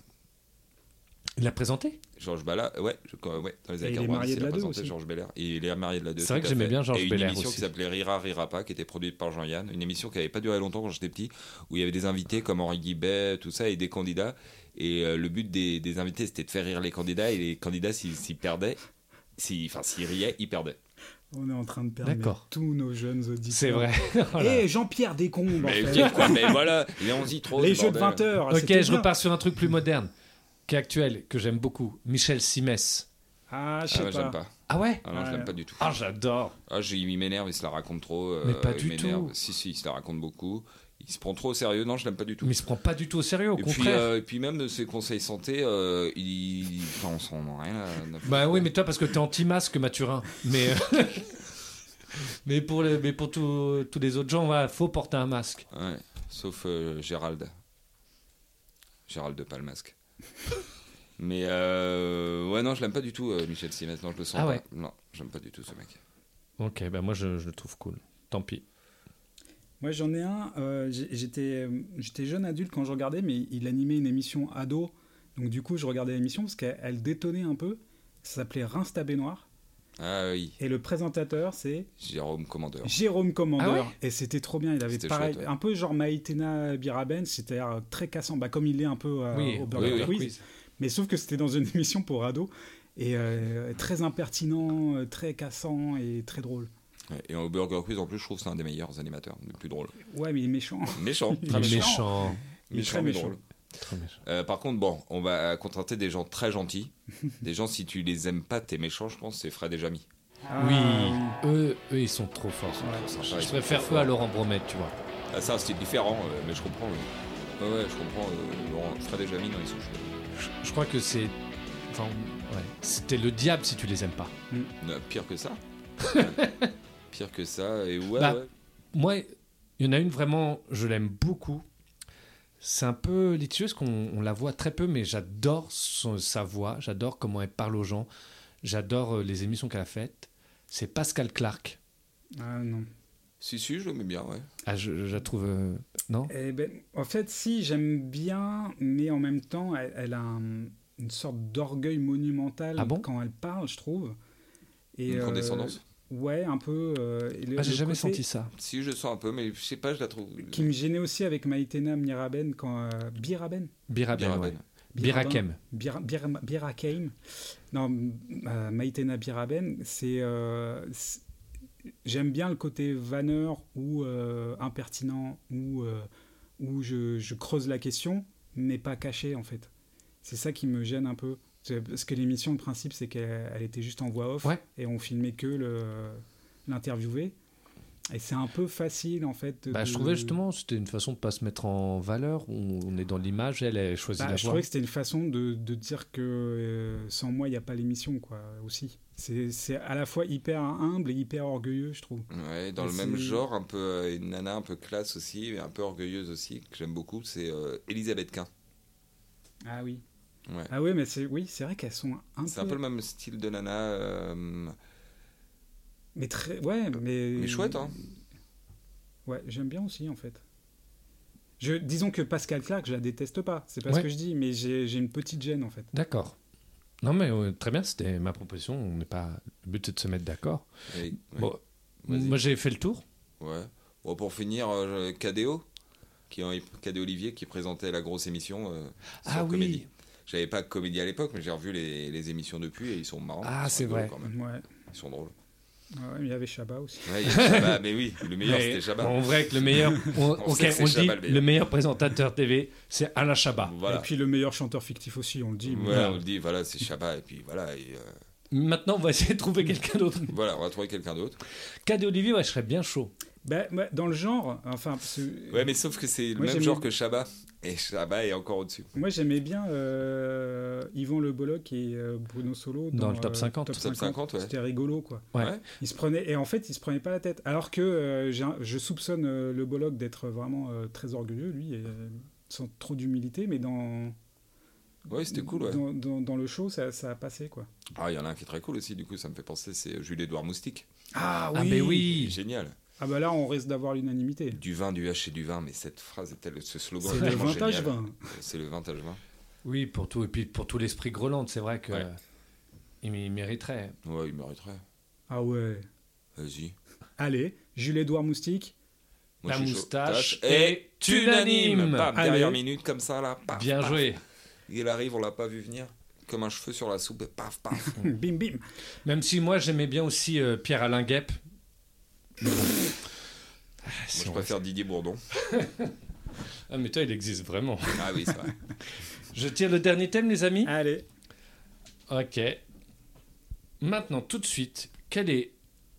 Il l'a présenté Georges Bala, ouais, je- quand- ouais, dans les Et il années est 90, marié de il a la deux présenté aussi. Georges Belair. Et il est marié de la 2. C'est vrai que j'aimais bien Georges Et Belair une émission aussi. qui s'appelait Rira Rira pas, qui était produite par Jean-Yann. Une émission qui n'avait pas duré longtemps quand j'étais petit, où il y avait des invités comme Henri Guibet, tout ça, et des candidats. Et euh, le but des, des invités, c'était de faire rire les candidats. Et les candidats, s'ils s'ils perdaient, s'ils- enfin, s'ils riaient, ils perdaient. On est en train de perdre D'accord. tous nos jeunes auditeurs. C'est vrai. Eh, Oh Voilà. Et Jean-Pierre Descombes, en Mais, fait. vite, quoi, mais voilà, et on se dit trop. Les ce jeux de 20 bordel. heures. ok, c'était je bien. repars sur un truc plus moderne, qui est actuel, que j'aime beaucoup. Michel Simès. Ah, je Ah, sais moi, pas. j'aime pas. Ah ouais Ah non, je Ouais. l'aime pas du tout. Ah, j'adore. Ah, j'ai- il m'énerve, il se la raconte trop. euh, Mais pas il du m'énerve. tout. Si, si, il se la raconte beaucoup. Il se prend trop au sérieux. Non, je l'aime pas du tout. Mais il se prend pas du tout au sérieux, au et, contraire. puis, euh, et puis même de ses conseils santé, euh, il... enfin, on s'en a rien à- Bah oui, mais toi, parce que t'es anti-masque, Mathurin. Mais, euh, mais pour, les, mais pour tout- tous les autres gens, voilà, faut porter un masque. Ouais. sauf euh, Gérald. Gérald de Palmasque. Mais euh, ouais, non, je l'aime pas du tout, euh, Michel Si. Maintenant, je le sens Ah pas. ouais. Non, j'aime pas du tout ce mec. Ok, ben moi je, je le trouve cool. Tant pis. Moi, j'en ai un. euh, j'ai- J'étais euh, j'étais jeune adulte quand je regardais, mais il animait une émission ado. Donc, du coup, je regardais l'émission parce qu'elle elle détonnait un peu. Ça s'appelait Rince ta baignoire. Ah oui, Et le présentateur, c'est Jérôme Commandeur. Jérôme Commandeur. Ah ouais et c'était trop bien. Il avait C'était pareil, chouette, ouais. un peu genre Maïtena Biraben, c'est-à-dire euh, très cassant, bah, comme il est un peu euh, Oui, au Burger oui, oui. Quiz. Quiz. Mais sauf que c'était dans une émission pour ados. Et euh, très impertinent, euh, très cassant et très drôle. Ouais, Et au Burger Quiz, en plus, je trouve que c'est un des meilleurs animateurs, le plus drôle. Ouais, mais il est méchant. Méchant. Il est Très méchant. méchant. Il est Méchant, très mais méchant. drôle. Très méchant. Euh, par contre, bon, on va contracter des gens très gentils. des gens, si tu les aimes pas, t'es méchant, je pense, c'est Fred et Jamy. Ah, Oui, eux, eux, ils sont trop forts. Ah. Ouais, je ils préfère sont eux à Laurent Bromette, tu vois. Ah, ça, c'est différent, euh, mais je comprends. oui. Ouais, ouais, je comprends. euh, Laurent- Fred et Jamy, non, ils sont chouettes. Je crois que c'est. Enfin, ouais. C'était le diable si tu les aimes pas. Non, pire que ça. pire que ça. Et ouais, Bah, ouais. Moi, il y en a une vraiment, je l'aime beaucoup. C'est un peu litigieux parce qu'on on la voit très peu, mais j'adore son- sa voix, j'adore comment elle parle aux gens, j'adore euh, les émissions qu'elle a faites. C'est Pascal Clark. Ah non. Si, si, je l'aimais bien, ouais. Ah, je, je la trouve. euh, non Eh ben, en fait, si, j'aime bien, mais en même temps, elle, elle a un- une sorte d'orgueil monumental Ah bon quand elle parle, je trouve. euh, Une condescendance Ouais, un peu. euh, et le- Ah, j'ai le jamais côté senti ça. Si, je le sens un peu, mais je sais pas, je la trouve. euh, Qui me gênait aussi avec Maïtena Miraben quand. euh, Biraben Biraben. Biraben. ouais. Birakem. Bira- Bira- Birakem. Non, euh, Maïtena Biraben, c'est. euh, c'est- J'aime bien le côté vanneur ou euh, impertinent, ou euh, où je, je creuse la question, mais pas caché en fait. C'est ça qui me gêne un peu. C'est- Parce que l'émission, le principe, c'est qu'elle elle était juste en voix off Ouais. et on filmait que le- l'interviewé. Et c'est un peu facile en fait. Bah, de- je trouvais justement c'était une façon de pas se mettre en valeur. On, on est dans l'image, elle, elle choisit Bah, la je voix. trouvais que c'était une façon de, de dire que euh, sans moi, il n'y a pas l'émission, quoi, aussi. C'est c'est à la fois hyper humble et hyper orgueilleux, je trouve. Ouais, dans Mais le même c'est- genre, un peu euh, une nana un peu classe aussi, mais un peu orgueilleuse aussi, que j'aime beaucoup, c'est euh, Elisabeth Quint. Ah oui. Ouais. Ah oui, mais c'est oui, c'est vrai qu'elles sont un peu... C'est un peu le même style de nana, euh, Mais très... Ouais, mais... mais chouette, hein. Ouais, j'aime bien aussi, en fait. Je, disons que Pascal Clark, je la déteste pas. C'est pas Ouais. ce que je dis, mais j'ai j'ai une petite gêne, en fait. D'accord. Non mais euh, très bien, c'était ma proposition. On n'est pas le but c'est de se mettre d'accord. Et- Bon, Vas-y. moi j'ai fait le tour. Ouais. Bon, pour finir, euh, KDO, qui en- KDO Olivier, qui présentait la grosse émission euh, sur Ah oui. Comédie. J'avais pas Comédie à l'époque, mais j'ai revu les, les émissions depuis et ils sont marrants. Ah, Ils sont c'est rigolos vrai. quand Ouais. même. Ils sont drôles. Ouais, mais il y avait Chabat aussi. Ouais, il y a Chabat, mais oui, le meilleur Mais c'était Chabat. En vrai, que le meilleur, on, On ok, sait que c'est on dit Chabat, le le meilleur. meilleur. présentateur TV, c'est Alain Chabat. Voilà. Et puis le meilleur chanteur fictif aussi, on le dit. mais- Voilà, on le dit, voilà, c'est Chabat, et puis voilà, et, euh, Maintenant, on va essayer de trouver quelqu'un d'autre. voilà, on va trouver quelqu'un d'autre. Cadet Olivier, ouais, je serais bien chaud. Bah, bah, dans le genre, enfin... parce que- Ouais, mais sauf que c'est le Moi, même j'aime genre bien. que Chabat, et Chabat est encore au-dessus. Moi j'aimais bien euh, Yvan Le Bolloc et euh, Bruno Solo euh, Dans le top 50. Top 50, ouais. C'était rigolo quoi. Ouais. Ouais. Ils se prenaient, et en fait ils se prenaient pas la tête. Alors que euh, j'ai un- je soupçonne euh, Le Bolloc d'être vraiment euh, très orgueilleux lui, et, euh, sans trop d'humilité, mais dans, Ouais, c'était cool, ouais. dans, dans- dans le show ça, ça a passé quoi. Ah, il y en a un qui est très cool aussi, du coup, ça me fait penser, c'est Jules-Édouard Moustique. Ah Ah, oui mais Il est oui. Génial. Ah bah là on risque d'avoir l'unanimité. Du vin, du H et du vin, mais cette phrase est telle, ce slogan C'est est le tellement vintage génial. Euh, vin. C'est le vintage vin. Oui, pour tout, et puis pour tout l'esprit Groland, c'est vrai que Ouais. euh, il, il mériterait. Ouais, il mériterait. Ah ouais. Vas-y. Allez, Jules-Édouard Moustique. Moi, La je suis moustache chaud. Tâche est est unanime. Bam, Allez. dernière minute, comme ça, là. paf, Bien paf. joué. Il arrive, on l'a pas vu venir. Comme un cheveu sur la soupe, paf, paf. bim bim. Même si moi j'aimais bien aussi euh, Pierre-Alain Guep. Ah, Moi, si je on- préfère Didier Bourdon. Ah, mais toi, il existe vraiment. Ah oui, c'est vrai. Je tire le dernier thème, les amis. Allez. Ok. Maintenant, tout de suite, quel est,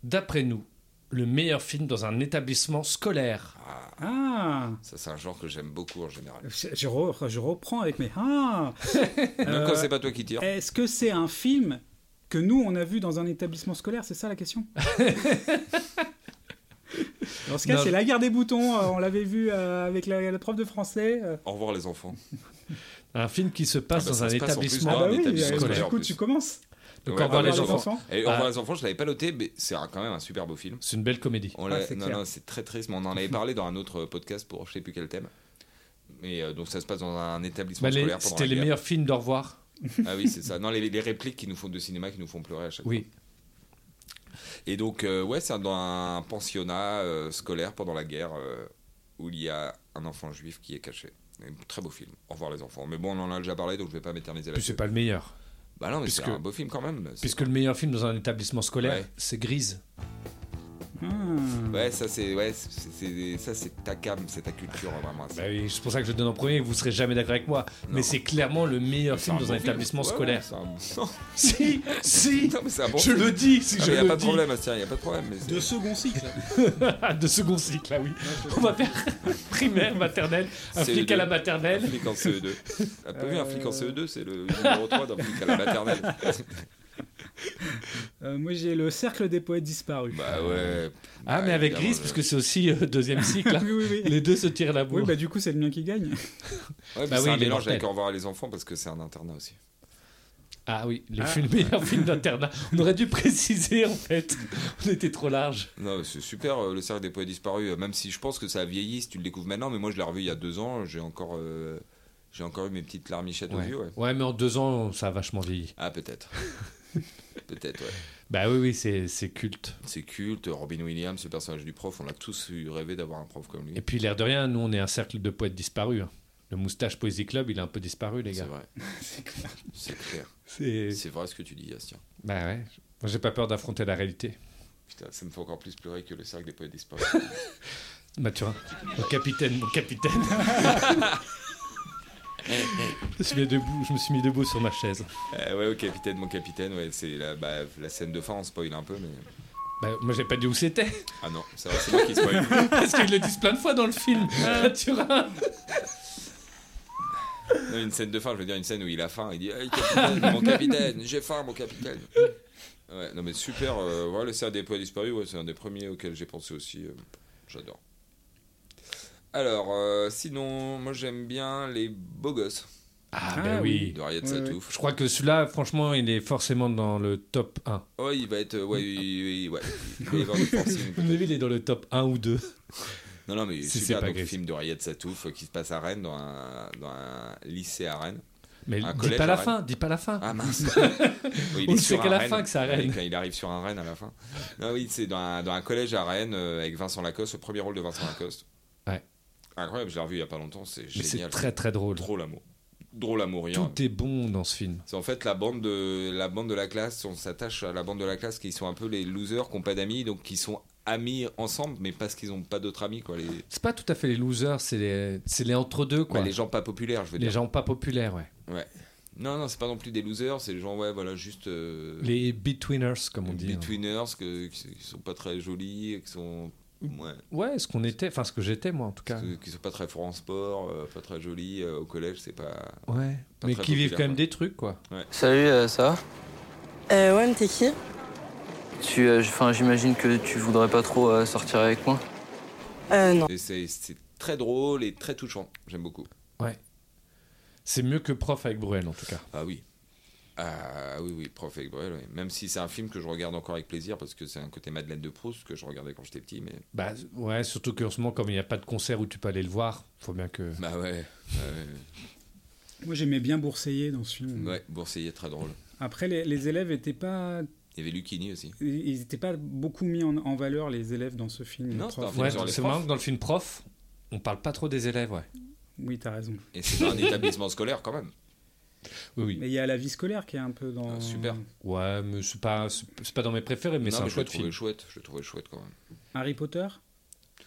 d'après nous, le meilleur film dans un établissement scolaire Ah, Ah ça, c'est un genre que j'aime beaucoup en général. je, je re- je reprends avec mes ah Même Euh, quand c'est pas toi qui tire. Est-ce que c'est un film que nous, on a vu dans un établissement scolaire C'est ça la question Dans ce cas, Non. c'est la guerre des boutons. euh, on l'avait vu euh, avec la, la prof de français. euh. Au revoir, les enfants. Un film qui se passe Ah bah, dans ça un se passe en plus établissement, dans un Ah bah oui, Et, établissement euh, scolaire, du en coup, plus. tu commences. Donc, Ouais, au revoir, Au les enfants. Et Au revoir, Ah. les enfants, je l'avais pas noté, mais c'est un- quand même un super beau film. C'est une belle comédie. On Ah, l'a- c'est non, clair. non, c'est très triste, mais on en avait parlé dans un autre podcast pour je sais plus quel thème. Mais euh, donc ça se passe dans un établissement Bah, les- scolaire. pendant C'était la les guerre. meilleurs films d'au revoir. Ah oui, c'est ça. Non, les, les répliques qui nous font de cinéma qui nous font pleurer à chaque Oui. fois. Et donc, euh, ouais, c'est dans un pensionnat euh, scolaire pendant la guerre euh, où il y a un enfant juif qui est caché. Un très beau film. Au revoir les enfants. Mais bon, on en a déjà parlé, donc je vais pas m'éterniser Puis là-dessus. c'est pas le meilleur. Bah non, mais Puisque- c'est un beau film quand même. C'est- Puisque le meilleur film dans un établissement scolaire, Ouais. c'est Grise. Ah. Ouais, ça c'est ouais, c'est- c'est- ça c'est ta cam, c'est ta culture vraiment. Bah oui, c'est pour ça que je le donne en premier, vous serez jamais d'accord avec moi. Mais c'est clairement le meilleur film un dans bon un film. établissement Ouais, scolaire. ouais, c'est un- Non. si, si Non, mais c'est un bon Je film. le dis, si Ah, je mais y a le pas de dis. problème, Bastien, y a pas de problème. mais c'est- De second cycle. de second cycle, là oui. On va faire primaire, maternelle, un CE2. flic à la maternelle. Un flic en CE2. T'as pas vu un Euh. flic en CE2, c'est le numéro 3 d'un flic à la maternelle. Bah Euh, moi, j'ai le cercle des poètes disparus. Bah ouais. Ah, mais avec Grise, parce que c'est aussi euh, deuxième Bah, cycle. hein. oui, oui, oui. Les deux se tirent la Oui, bourre. bah du coup, c'est le mien qui gagne. Ouais, mais Bah c'est oui, un il est mélange avec mortel. Au revoir les enfants parce que c'est un internat aussi. Ah oui, les Ah. films, meilleurs films d'internat. On aurait dû préciser en fait. On était trop large. Non, mais c'est super, euh, le cercle des poètes disparus. euh, Même si je pense que ça a vieilli, si tu le découvres maintenant, mais moi je l'ai revu il y a deux ans, j'ai encore, euh, j'ai encore eu mes petites larmichettes au Ouais. vieux. Ouais. Ouais, mais en deux ans, ça a vachement vieilli. Ah, peut-être. peut-être, ouais. Bah oui, oui, c'est c'est culte. C'est culte. Robin Williams, le personnage du prof, on a tous eu rêvé d'avoir un prof comme lui. Et puis l'air de rien, nous on est un cercle de poètes disparus. hein. Le moustache Poésie Club, il a un peu disparu, les C'est gars. vrai. c'est clair. C'est. C'est vrai ce que tu dis, Bastien. Bah ouais. Moi j'ai pas peur d'affronter la réalité. Putain, ça me fait encore plus pleurer que le cercle des poètes disparus. Mathurin, mon capitaine, mon capitaine. je, suis mis debout, je me suis mis debout sur ma chaise. Euh, ouais, au capitaine, mon capitaine, ouais, c'est la, bah, la scène de fin, on spoil un peu, mais. Bah, moi j'ai pas dit où c'était. Ah non, ça va, c'est moi qui spoil. Parce qu'ils le disent plein de fois dans le film. Mathurin. Non, une scène de fin, je veux dire une scène où il a faim, il dit Hey, capitaine, mon capitaine, j'ai faim, mon capitaine. Ouais, non mais super, euh, ouais, le cercle des poids disparus, ouais, c'est un des premiers auxquels j'ai pensé aussi, euh, j'adore. Alors, euh, sinon, moi j'aime bien les beaux gosses Ah, Ah bah oui. de Harriet Ouais, Satouf. Je crois que celui-là, franchement, il est forcément dans le top 1. Ouais, il va être, ouais, oui, oui, ouais, il va y avoir du forcing. Vous avez, il est dans le top 1 ou 2. Non, non, mais Si c'est super, pas donc, gris. film de Harriet Satouf euh, qui se passe à Rennes, dans un, dans un lycée à Rennes. Mais Un dis collège, pas la Rennes. fin, dis pas la fin. Ah mince Oui, On est le sait sur qu'à un la Rennes. fin que ça règne. Quand il arrive sur un Rennes à la fin. Non, oui, c'est dans un, dans un collège à Rennes euh, avec Vincent Lacoste, le premier rôle de Vincent Lacoste. Ouais. Incroyable, je l'ai revu il y a pas longtemps, c'est Mais génial. c'est très très drôle. Drôle à mou- Drôle à mourir. Tout est bon dans ce film. C'est en fait la bande de la bande de la classe, on s'attache à la bande de la classe qui sont un peu les losers qui n'ont pas d'amis, donc qui sont amis ensemble, mais parce qu'ils n'ont pas d'autres amis, quoi. Les, C'est pas tout à fait les losers, c'est les, c'est les entre-deux, quoi. bah, les gens pas populaires, je veux les dire. gens pas populaires, ouais. Non, non, c'est pas non plus des losers, c'est les gens, ouais, voilà, juste. euh, Les betweeners, comme on dit. hein. Betweeners que- qui qui sont pas très jolis, qui sont ouais, Ouais, ce qu'on était, enfin ce que j'étais, moi en tout cas. qui sont pas très forts en sport, euh, pas très jolis euh, au collège, c'est pas. Ouais. Pas Mais très qui vivent quand populaire, même ouais. des trucs, quoi. Salut, euh, ça va Euh, ouais, mais t'es qui Tu, euh, j- 'fin, j'imagine que tu voudrais pas trop euh, sortir avec moi. Euh, non. Et c'est c'est très drôle et très touchant. J'aime beaucoup. C'est mieux que prof avec Bruel, en tout cas. Ah oui. Ah oui oui, Prof avec Bruel, oui. Même si c'est un film que je regarde encore avec plaisir parce que c'est un côté Madeleine de Proust que je regardais quand j'étais petit, mais Bah ouais, surtout qu'en ce moment, comme il n'y a pas de concert où tu peux aller le voir, faut bien que. bah ouais. ouais, Moi, j'aimais bien Bourseiller dans ce Mm. film. Ouais, Bourseillet très drôle. Après, les, les élèves étaient pas, Il y avait Lucchini aussi. ils étaient pas beaucoup mis en, en valeur les élèves dans ce film. Non, les profs. c'est un film Ouais, sur les c'est profs. marrant que dans le film prof, on parle pas trop des élèves, ouais. Oui, t'as raison. Et c'est dans un établissement scolaire quand même. Oui, oui. Mais il y a la vie scolaire qui est un peu dans. Ah, super. Ouais, mais c'est pas, c'est c'est pas dans mes préférés, mais Non, c'est un je le chouette film. trouvais chouette, je le trouvais chouette quand même. Harry Potter.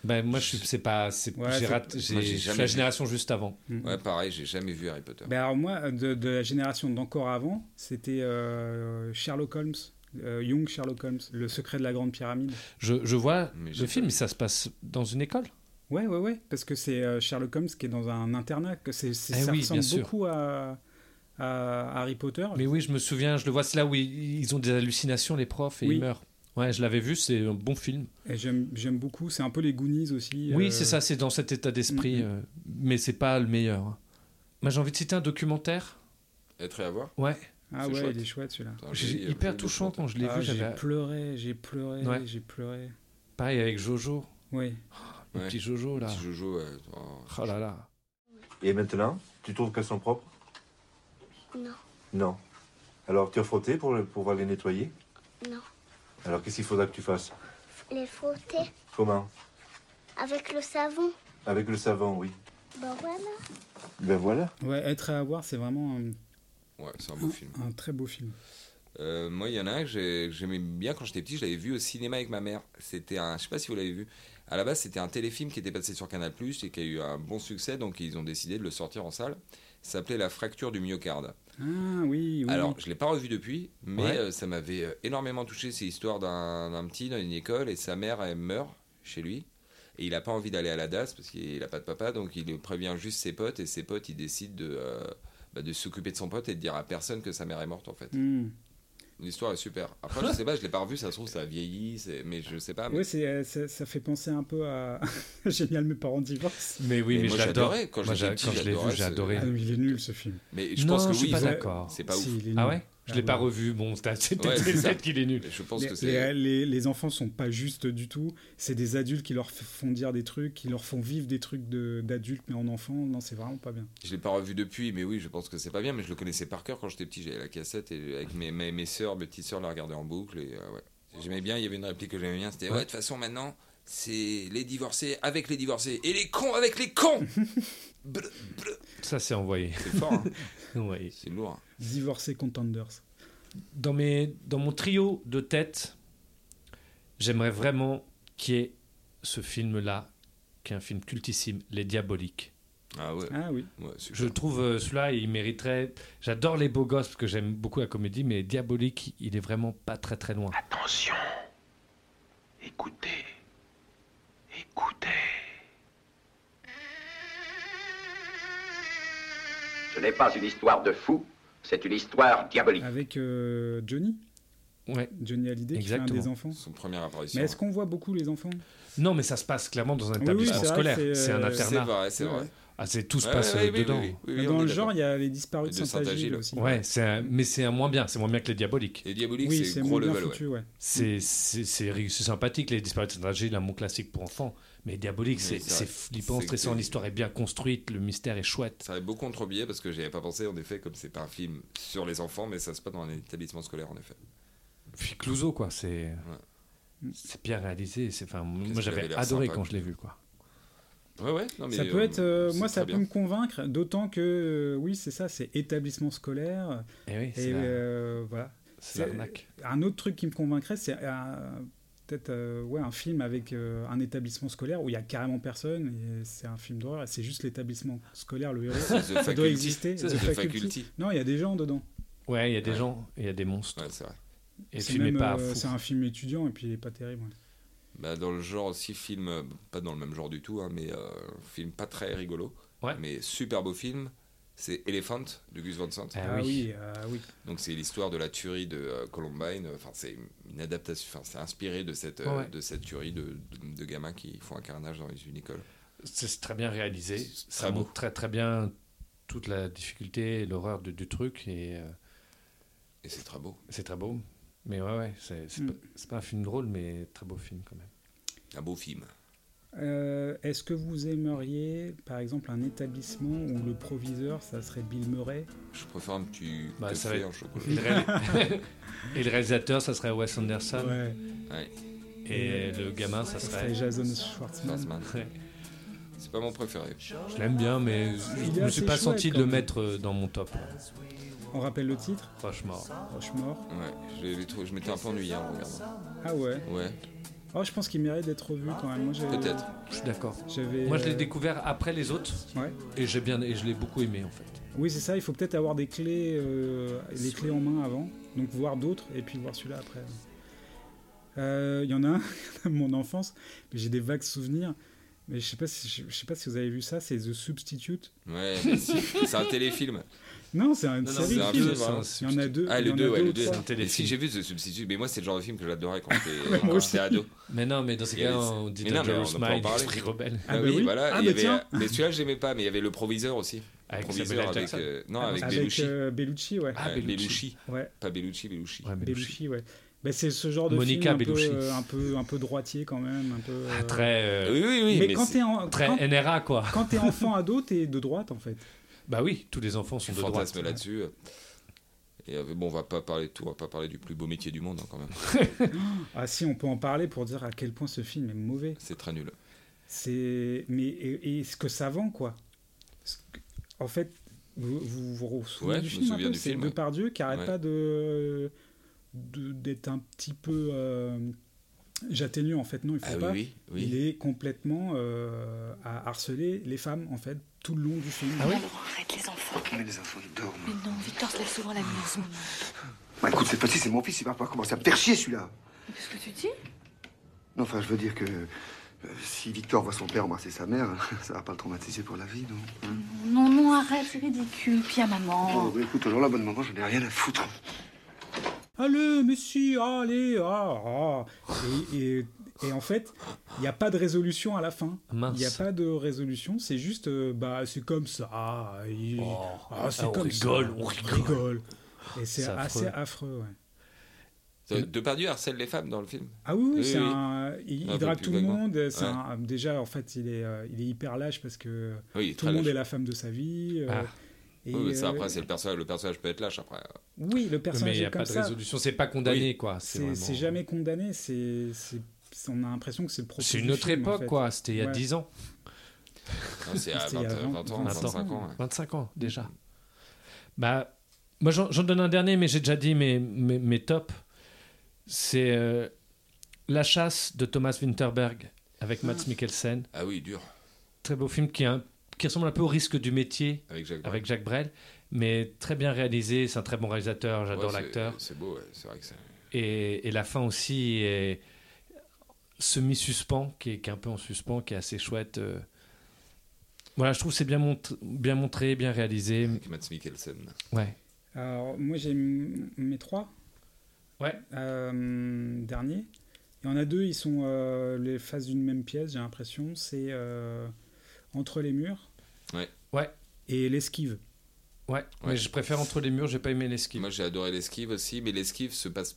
Ben, moi, je suis, c'est pas, c'est, Ouais, j'ai c'est- raté, Moi, j'ai, j'ai je suis jamais la vu. génération juste avant. Ouais, pareil, j'ai jamais vu Harry Potter. Ben alors moi, de, de la génération d'encore avant, c'était euh, Sherlock Holmes, euh, Young Sherlock Holmes, Le secret de la grande pyramide. Je, je vois Mais j'ai le pas film, vu. mais ça se passe dans une école. Ouais, ouais, ouais, parce que c'est euh, Sherlock Holmes qui est dans un internat, que c'est, c'est- Eh ça oui, bien ressemble sûr. beaucoup à, à Harry Potter. Mais oui, je me souviens, je le vois, c'est là où ils, ils ont des hallucinations, les profs, et Oui. ils meurent. Ouais, je l'avais vu, c'est un bon film. Et j'aime j'aime beaucoup. C'est un peu les Goonies aussi. Oui, euh, c'est ça, c'est dans cet état d'esprit, Mhm. euh, mais c'est pas le meilleur. hein. Moi, j'ai envie de citer un documentaire. Être et avoir. Ouais. Ah C'est ouais, chouette. il est chouette celui-là. Putain, J'ai- j'ai- il y a hyper plus de touchant quand je l'ai Ah, vu. j'ai J'avais pleuré, j'ai pleuré, Ouais. j'ai pleuré. pareil avec Jojo. Oui. Le Ouais. petit Jojo là. Petit Jojo, ouais. Oh. Oh là là. Et maintenant, tu trouves qu'elles sont propres Non, Non. Alors, tu as frotté pour, le- pour pouvoir les nettoyer non. Alors, qu'est-ce qu'il faudra que tu fasses Les frotter Comment avec le savon. Avec le savon, oui. Ben voilà. Ben voilà. Ouais, être et avoir, c'est vraiment un, Ouais, c'est un beau film. un très beau film. Euh, moi, il y en a un que j'ai- que j'aimais bien quand j'étais petit. Je l'avais vu au cinéma avec ma mère. C'était un, je sais pas si vous l'avez vu. À la base, c'était un téléfilm qui était passé sur Canal+ et qui a eu un bon succès, donc ils ont décidé de le sortir en salle. Ça s'appelait La fracture du myocarde. Ah oui, oui. Alors, je l'ai pas revu depuis, mais Ouais. euh, ça m'avait euh, énormément touché. C'est l'histoire d'un d'un petit dans une école et sa mère elle meurt chez lui. Et il n'a pas envie d'aller à la DAS parce qu'il n'a pas de papa, donc il prévient juste ses potes et ses potes ils décident de, euh, bah, de s'occuper de son pote et de dire à personne que sa mère est morte en fait. Hmm. L'histoire est super. Après, je sais pas, je l'ai pas revu, ça se trouve, ça vieillit, c'est- mais je sais pas. Mais... Ouais, c'est, euh, ça, ça fait penser un peu à Génial, mes parents divorcent. Mais oui, mais, moi, je l'adore. j'adorais. Quand Moi, j'étais j'a- petit, quand je l'ai vu, j'adorais j'ai ce- adoré. Ah, mais il est nul ce film. Mais je non, pense que je suis oui, pas c'est- d'accord. c'est pas Si, ouf. il est Ah nul. ouais Je Ah l'ai pas ouais. revu. Bon, c'était Ouais, c'est le ça. fait qu'il est nul. Mais Je pense les, que c'est. les- les- les enfants sont pas justes du tout. C'est des adultes qui leur f- font dire des trucs, qui leur font vivre des trucs de- d'adultes, mais en enfant, non, c'est vraiment pas bien. Je l'ai pas revu depuis, mais oui, je pense que c'est pas bien. Mais je le connaissais par cœur quand j'étais petit. J'avais la cassette et avec mes, mes, mes soeurs, mes petites soeurs la regardaient en boucle. Et euh, ouais. J'aimais bien, il y avait une réplique que j'aimais bien. C'était Ouais, de toute façon, maintenant, c'est les divorcés avec les divorcés et les cons avec les cons Bleu, bleu. Ça, c'est envoyé. C'est fort, hein. Ouais. c'est lourd. hein. Divorcés contenders. dans, mes, dans mon trio de tête, j'aimerais vraiment qu'il y ait ce film-là, qui est un film cultissime, Les Diaboliques. Ah ouais, Ah oui. ouais super. Je trouve euh, celui-là, il mériterait. J'adore les beaux gosses parce que j'aime beaucoup la comédie, mais Diabolique, il est vraiment pas très très loin. Attention. Écoutez. Écoutez. Ce n'est pas une histoire de fou, c'est une histoire diabolique. Avec euh, Johnny, Ouais. Johnny Hallyday, qui fait Exactement. un des enfants. Son première apparition. Mais est-ce qu'on voit beaucoup les enfants Non, mais ça se passe clairement dans un Oui, établissement oui, c'est vrai, scolaire. c'est, euh, C'est un C'est internat. vrai, c'est vrai. Ah, c'est tout se Ouais, passe ouais, euh, ouais, oui, dedans. oui, oui, oui, on Dans est le d'accord. genre, il y a les disparus Et de de Saint-Agile Saint-Agile aussi. aussi. Ouais, c'est un- mais c'est un moins bien. C'est moins bien que les Diaboliques. Et Diabolique, Oui, c'est c'est gros moins bien level, ouais. foutu, ouais. C'est c'est- c'est ri- c'est sympathique, les disparités de Saint-Gilles, un mot classique pour enfants. Mais Diabolique, c'est Mais ça- c'est flippant, c'est stressant. que- L'histoire est bien construite, le mystère est chouette. Ça avait beaucoup contre-biais parce que j'y avais pas pensé, en effet, comme c'est pas un film sur les enfants, mais ça se passe dans un établissement scolaire, en effet. Puis Clouseau, quoi, c'est c'est bien réalisé. c'est- Enfin, moi, qu'il avait j'avais l'air adoré sympa, quand quoi. je l'ai vu, quoi. Ouais, ouais, non, mais. ça peut euh, être, euh, c'est moi, ça très peut bien. me convaincre, d'autant que, euh, oui, c'est ça, c'est établissement scolaire. Et Eh oui, Et c'est la- euh, voilà. c'est l'arnaque. Un autre truc qui me convaincrait, c'est un- peut-être euh, ouais, un film avec euh, un établissement scolaire où il y a carrément personne. et C'est un film d'horreur et c'est juste l'établissement scolaire, le héros. C'est The ça doit Faculty. exister. C'est The Faculty. Non, il y a des gens dedans. Ouais, il y a des Ouais. gens, et il y a des monstres. Ouais, c'est vrai. Et le C'est film est même, pas euh, fou. c'est un film étudiant et puis il est pas terrible. ouais. Bah, dans le genre aussi, film, euh, pas dans le même genre du tout, hein, mais euh, film pas très rigolo, Ouais. mais super beau film. C'est Elephant de Gus Van Sant. Ah Ah oui. oui, ah oui. Donc c'est l'histoire de la tuerie de euh, Columbine. Enfin c'est une adaptation. Enfin c'est inspiré de cette euh, Ouais. de cette tuerie de, de, de gamins qui font un carnage dans une école. C'est c'est très bien réalisé. C'est Ça très beau. montre très très bien toute la difficulté et l'horreur du, du truc. Et euh, Et c'est très beau. c'est très beau. Mais ouais, ouais, c'est c'est Mm. pas, c'est pas un film drôle, mais très beau film quand même. Un beau film. Euh, Est-ce que vous aimeriez, par exemple, un établissement où le proviseur, ça serait Bill Murray Je préfère un petit Bah, ça va café être- en chocolat. Et le, réal- et le réalisateur, ça serait Wes Anderson. Ouais. Ouais, Et le gamin, ça Ça serait. serait Jason Schwartzman. Tasman. Ouais. C'est pas mon préféré. Je l'aime bien, mais je Il est ne me suis assez pas senti chouette, de le quand même. mettre euh, dans mon top. là. On rappelle le titre Franchement. Rochemort. Ouais, je, l'ai trouvé- je m'étais un peu ennuyé en le regardant. Ah ouais. Ouais, Oh, je pense qu'il mérite d'être revu quand même. Moi, j'ai- peut-être. Je suis d'accord. J'avais. Moi, je l'ai euh, découvert après les autres Ouais. et j'ai bien, et je l'ai beaucoup aimé en fait. Oui, c'est ça. Il faut peut-être avoir des clés, euh, les clés en main avant, donc voir d'autres et puis voir celui-là après. Euh, Il y en a un, mon enfance, mais j'ai des vagues souvenirs. Mais je sais pas si je, je sais pas si vous avez vu ça. C'est The Substitute. Ouais, mais si, c'est un téléfilm. Non, c'est un Non, non, série c'est un de films. hein. film, hein. vraiment. Il y en a deux. Ah, il y les en a deux, ouais, les deux. trois. Mais Si j'ai vu The Substitute, mais moi, c'est le genre de film que j'adorais quand Moi j'étais quand aussi. j'étais ado. Mais non, mais dans ces Il y avait- cas-là, on dit mais non, mais Dangerous on peut en Minds, parler. Esprit Rebelle. Ah, Ah, oui, bah oui. voilà. Ah, il y bah avait- tiens. Mais celui-là, j'aimais pas, mais il y avait le proviseur aussi. Avec proviseur Samuel L. avec. Jackson. euh, non, Ah, avec avec, Bellucci. euh, Bellucci, ouais. Ah, Bellucci. Ouais. Pas Bellucci, Bellucci. Bellucci, ouais. Ben, c'est ce genre de Monica film un peu, Bellucci. euh, un peu un peu droitier quand même, un peu. euh, Très. euh, Oui, oui, oui, Mais mais quand c'est- t'es en- Très quand- NRA, quoi. Quand t'es enfant ado, t'es de droite en fait. Bah oui, tous les enfants sont de droite. hein. fantasme là-dessus. Et euh, bon, on va pas parler de tout, on va pas parler du plus beau métier du monde hein, quand même. Ah si, on peut en parler pour dire à quel point ce film est mauvais. C'est très nul. C'est mais et, et ce que ça vend quoi. Ce que- En fait, vous vous, vous vous souvenez Ouais, du je me film un souviens peu du C'est film, ouais. Depardieu qui arrête Ouais. pas de de- d'être un petit peu euh, J'atténue en fait, non, il faut Ah oui, pas. oui, oui. Il est complètement euh, à harceler les femmes en fait tout le long du film. Ah oui Arrête les enfants. Mais les enfants, ils dorment. Mais non, Victor se lève souvent la nuit en ce moment. Bah écoute, cette fois-ci, c'est mon fils, il va pas commencer à me faire chier, celui-là. Qu'est-ce que tu dis Non, enfin, je veux dire que euh, si Victor voit son père embrasser sa mère, ça va pas le traumatiser pour la vie, non hein Non, non, arrête, c'est ridicule. Puis à maman. Oh, bah écoute, alors là, bonne maman, j'en ai rien à foutre. Allez, monsieur, allez, ah, ah. Et, et- et en fait, il n'y a pas de résolution à la fin. Ah, Mince. Il n'y a pas de résolution, c'est juste, euh, bah, c'est comme ça. il- ah, c'est ah, on comme rigole, ça, on rigole. Et c'est C'est affreux. assez affreux, ouais. De Euh, Depardieu harcèle les femmes dans le film. Ah oui, oui, Oui, c'est oui. un- il, il Ah, drague plus tout le vaguement. monde. c'est Ouais. un- déjà, en fait, il est, euh, il est hyper lâche parce que Oui, il est tout très le monde lâche. est la femme de sa vie. euh, Ah. et, Oui, mais ça, euh, après, c'est le personnage. Le personnage peut être lâche après. Oui, le personnage Mais il n'y est a comme pas de ça. résolution, c'est pas condamné, quoi. C'est C'est vraiment- c'est jamais condamné. C'est, c'est- c'est- on a l'impression que c'est le propos C'est une du autre film, en époque, fait. quoi. C'était il y a Ouais. 10 ans. Non, c'est à C'était il y a 20, 20 ans, 25 ans. ouais. 25 ans, déjà. Bah, moi, j'en j'en donne un dernier, mais j'ai déjà dit mes, mes, mes tops. C'est euh, La chasse de Thomas Winterberg avec Mads Mikkelsen. Ah oui, dur. Très beau film qui, est un- qui ressemble un peu au risque du métier Avec Jacques. avec Jacques Brel, mais très bien réalisé. C'est un très bon réalisateur, Ouais, j'adore c'est- l'acteur. C'est beau, ouais, c'est vrai que c'est. Et, et la fin aussi est semi-suspens, qui est, qui est un peu en suspens, qui est assez chouette. euh. Voilà, je trouve que c'est bien, mont- bien montré, bien réalisé. Mm. Avec Mads Mikkelsen. Ouais. Alors, moi, j'ai m- mes trois. Euh, Ouais. dernier. Il y en a deux, ils sont euh, les faces d'une même pièce, j'ai l'impression. C'est euh, Entre les murs Ouais. Ouais. et L'esquive. Ouais, mais je préfère Entre les murs, j'ai pas aimé l'esquive. Moi, j'ai adoré l'esquive aussi, mais l'esquive se passe.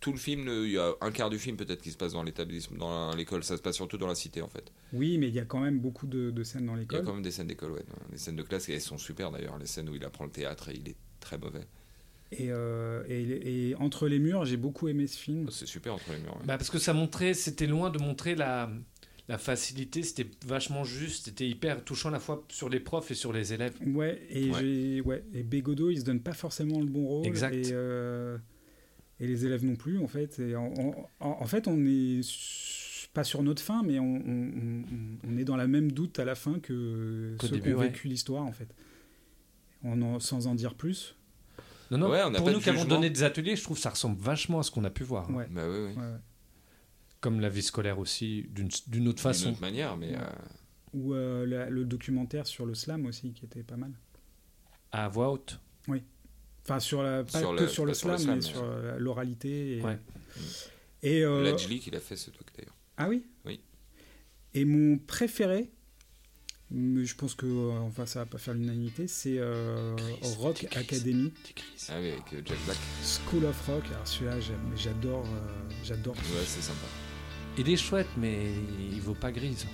Tout le film, le- il y a un quart du film peut-être qui se passe dans l'établissement, dans l'école. Ça se passe surtout dans la cité en fait. Oui, mais il y a quand même beaucoup de, de scènes dans Il y a l'école. quand même des scènes d'école, ouais. Les scènes de classe, elles sont super d'ailleurs. Les scènes où il apprend le théâtre et il est très mauvais. Et, euh, et- et Entre les murs, j'ai beaucoup aimé ce film. C'est super entre les murs. ouais. Bah, parce que ça montrait, c'était loin de montrer la, la facilité, c'était vachement juste, c'était hyper touchant à la fois sur les profs et sur les élèves. Ouais, et, Ouais. j'ai- ouais, et Bégodeau, il se donne pas forcément le bon rôle. Exact. Et, euh, et les élèves non plus, en fait. Et en, en- en- en fait, on est su- pas sur notre fin, mais on, on- on- on est dans la même doute à la fin que Qu'au ceux qui début, ont ouais. vécu l'histoire, en fait. On en- sans en dire plus. Non, non, Ouais, on n'a pour pas nous de qui avons jugement. donné des ateliers, je trouve que ça ressemble vachement à ce qu'on a pu voir. hein. Ouais. Bah oui, oui. Ouais, ouais. Comme la vie scolaire aussi, d'une d'une autre D'une façon. autre manière, mais. euh, Ou euh, la- le documentaire sur le slam aussi, qui était pas mal. À voix haute. Oui. Enfin, sur la, pas Sur que le- sur, le pas sur le slam, mais slam, sur euh, l'oralité. Et, Ouais. et, euh, Ladjli qu'il a fait ce doc d'ailleurs. Ah oui Oui. Et mon préféré, mais je pense que euh, enfin, ça va pas faire l'unanimité, c'est euh, Rock Academy, Ah oui, avec euh, Jack Black. School of Rock. Alors celui-là, j'aime- mais j'adore, euh, j'adore. Ouais, c'est sympa. Il est chouette, mais il vaut pas grise.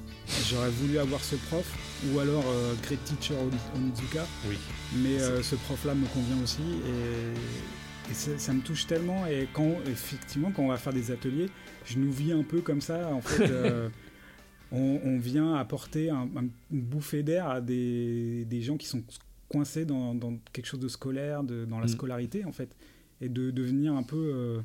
J'aurais voulu avoir ce prof, ou alors euh, Great Teacher On- Onizuka. Oui. Mais euh, ce prof-là me convient aussi et, et ça, ça me touche tellement. Et quand effectivement, quand on va faire des ateliers, je nous vis un peu comme ça. En fait, euh, on, on vient apporter un- un- une bouffée d'air à des, des gens qui sont coincés dans, dans quelque chose de scolaire, de- dans la Mm. scolarité en fait, et de devenir un peu euh,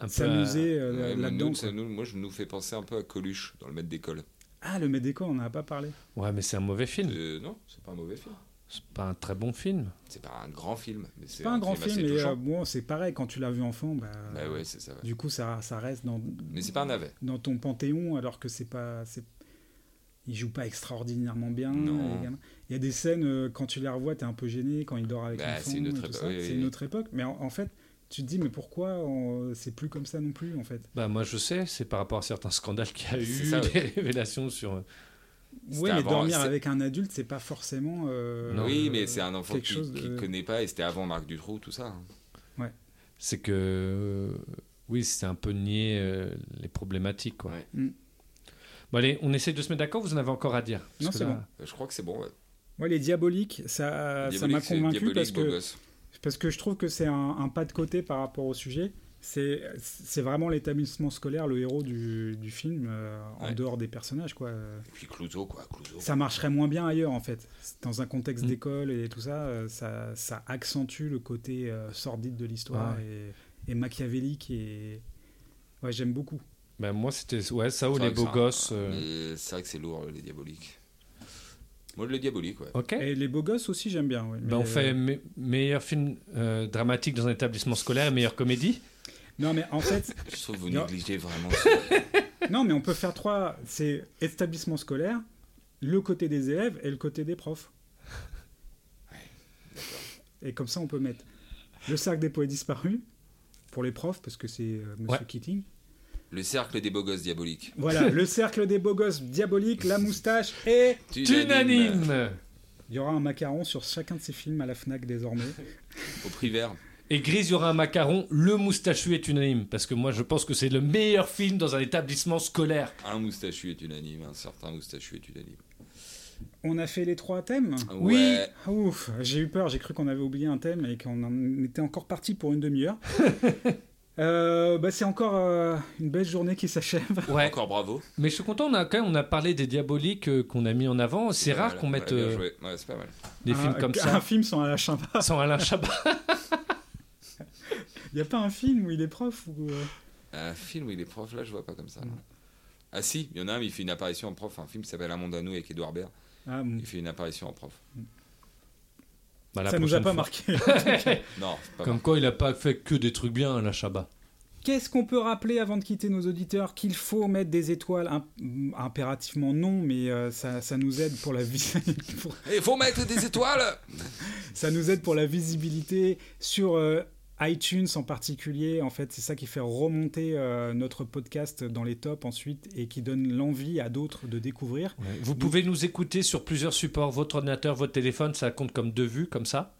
Un peu s'amuser euh, Ouais, mais là-dedans. nous, quoi. ça nous- moi, je nous fais penser un peu à Coluche dans le maître d'école. Ah, le Médéco, on n'en a pas parlé. euh, Ouais, mais c'est un mauvais film. Euh, non, c'est pas un mauvais film. C'est pas un très bon film. C'est pas un grand film. mais C'est pas un grand film, mais touchant. euh, bon, c'est pareil quand tu l'as vu enfant. Bah, Bah ouais, c'est ça. ouais. Du coup, ça, ça reste dans, Mais c'est pas un navet. dans ton panthéon alors que c'est pas c'est il joue pas extraordinairement bien. Non. les gamins. Il y a des scènes, euh, quand tu les revois, t'es un peu gêné, quand il dort avec Bah, l'enfant c'est une et autre tout époque, ça. oui, C'est oui, une oui. autre époque. Mais en, en fait, tu te dis, mais pourquoi on- c'est plus comme ça non plus, en fait Bah moi je sais, c'est par rapport à certains scandales qu'il y a C'est eu, ça, ouais. des révélations sur. euh, Oui, mais dormir avec un adulte, c'est pas forcément. euh, oui, euh, mais c'est un enfant quelque qui chose qui de- connaît pas et c'était avant Marc Dutroux, tout ça. hein. C'est que euh, oui, c'est un peu nier euh, les problématiques quoi. Mm. Bon allez, on essaie de se mettre d'accord. Vous en avez encore à dire Parce Non, que c'est là- bon. Euh, Je crois que c'est bon. ouais. Moi, les diaboliques, Euh, ça, ça m'a Diabolique, c'est convaincu Diabolique, parce beau que, gosse. parce que je trouve que c'est un, un pas de côté par rapport au sujet. C'est c'est vraiment l'établissement scolaire, le héros du, du film, euh, en dehors des personnages. Quoi. Et puis Clouseau, quoi. Clouseau. Ça marcherait moins bien ailleurs, en fait. Dans un contexte Mm. d'école et tout ça, euh, ça, ça accentue le côté euh, sordide de l'histoire Ouais. et, et machiavélique. Et... Ouais, J'aime beaucoup. Bah, moi c'était ouais ça ou C'est vrai les que beaux ça- gosses. euh, mais C'est vrai que c'est lourd, les diaboliques. Moi, le diabolique, ouais. Et les beaux gosses aussi, j'aime bien. oui. bah, on Mais- euh, fait me- meilleur film euh, dramatique dans un établissement scolaire, meilleure comédie. Non, mais en fait. Je trouve que vous Non. négligez vraiment. non, mais on peut faire trois. C'est établissement scolaire, le côté des élèves et le côté des profs. Et comme ça, on peut mettre le cercle des poètes disparus pour les profs, parce que c'est euh, Monsieur Keating. Le cercle des beaux gosses diaboliques. Voilà, le cercle des beaux gosses diaboliques, la moustache et... Tunanime. Il y aura un macaron sur chacun de ces films à la FNAC désormais. Au prix vert. Et Grise, il y aura un macaron, le moustachu est unanime. Parce que moi, je pense que c'est le meilleur film dans un établissement scolaire. Un moustachu est unanime, un certain moustachu est unanime. On a fait les trois thèmes Oui. Ah, Ouf, j'ai eu peur, j'ai cru qu'on avait oublié un thème et qu'on en était encore parti pour une demi-heure. Euh, bah, c'est encore euh, une belle journée qui s'achève. Ouais. Encore bravo. Mais je suis content, on a, quand même, on a parlé des diaboliques euh, qu'on a mis en avant. C'est rare Voilà, qu'on mette voilà, bien euh, joué. Ouais, c'est pas mal. des films Ah, Un- comme Un ça. film sans Alain Chabat. Sans Alain Chabat. Il n'y a pas un film où il est prof ou... euh, Un film où il est prof, là, je vois pas comme ça. non. Ah si, il y en a un, mais il fait une apparition en prof. Un film qui s'appelle Un monde à nous avec Edouard Baird. Ah, Mm. bon. Il fait une apparition en prof. Bah, la Ça nous a prochaine pas fois. marqué. en tout cas. Non, pas Comme mal. quoi, il a pas fait que des trucs bien, Alain Chabat. Qu'est-ce qu'on peut rappeler avant de quitter nos auditeurs Qu'il faut mettre des étoiles, imp- impérativement non, mais euh, ça, ça nous aide pour la vie. pour- Et faut mettre des étoiles ça nous aide pour la visibilité sur euh, iTunes en particulier. En fait, c'est ça qui fait remonter euh, notre podcast dans les tops ensuite et qui donne l'envie à d'autres de découvrir. Vous pouvez nous écouter sur plusieurs supports, votre ordinateur, votre téléphone, ça compte comme deux vues, comme ça.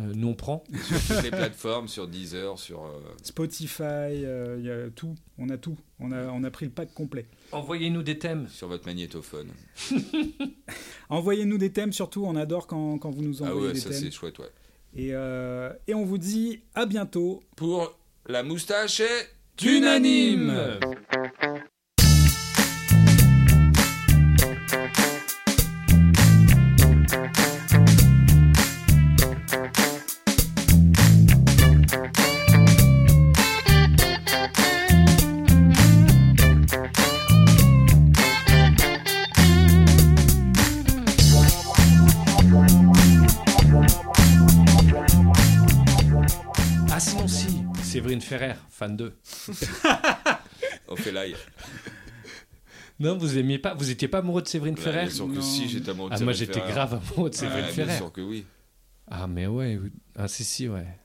Euh, nous, on prend. Sur toutes les plateformes, sur Deezer, sur... euh, Spotify, euh, il y a tout. On a tout. On a, on a pris le pack complet. Envoyez-nous des thèmes. Sur votre magnétophone. Envoyez-nous des thèmes surtout. On adore quand, quand vous nous Ah envoyez ouais, des ça thèmes. c'est chouette, ouais. Et, euh, et on vous dit à bientôt. Pour la moustache est unanime. Ah sinon si, Séverine Ferrer, fan 2. On fait live. Non, vous aimiez pas, vous étiez pas amoureux de Séverine Bah, Ferrer bien sûr que si, j'étais amoureux de Ah, moi Séverine j'étais Ferrer. grave amoureux de Ah, Séverine Bien Ferrer. sûr que oui. Ah mais ouais, oui. ah si si ouais.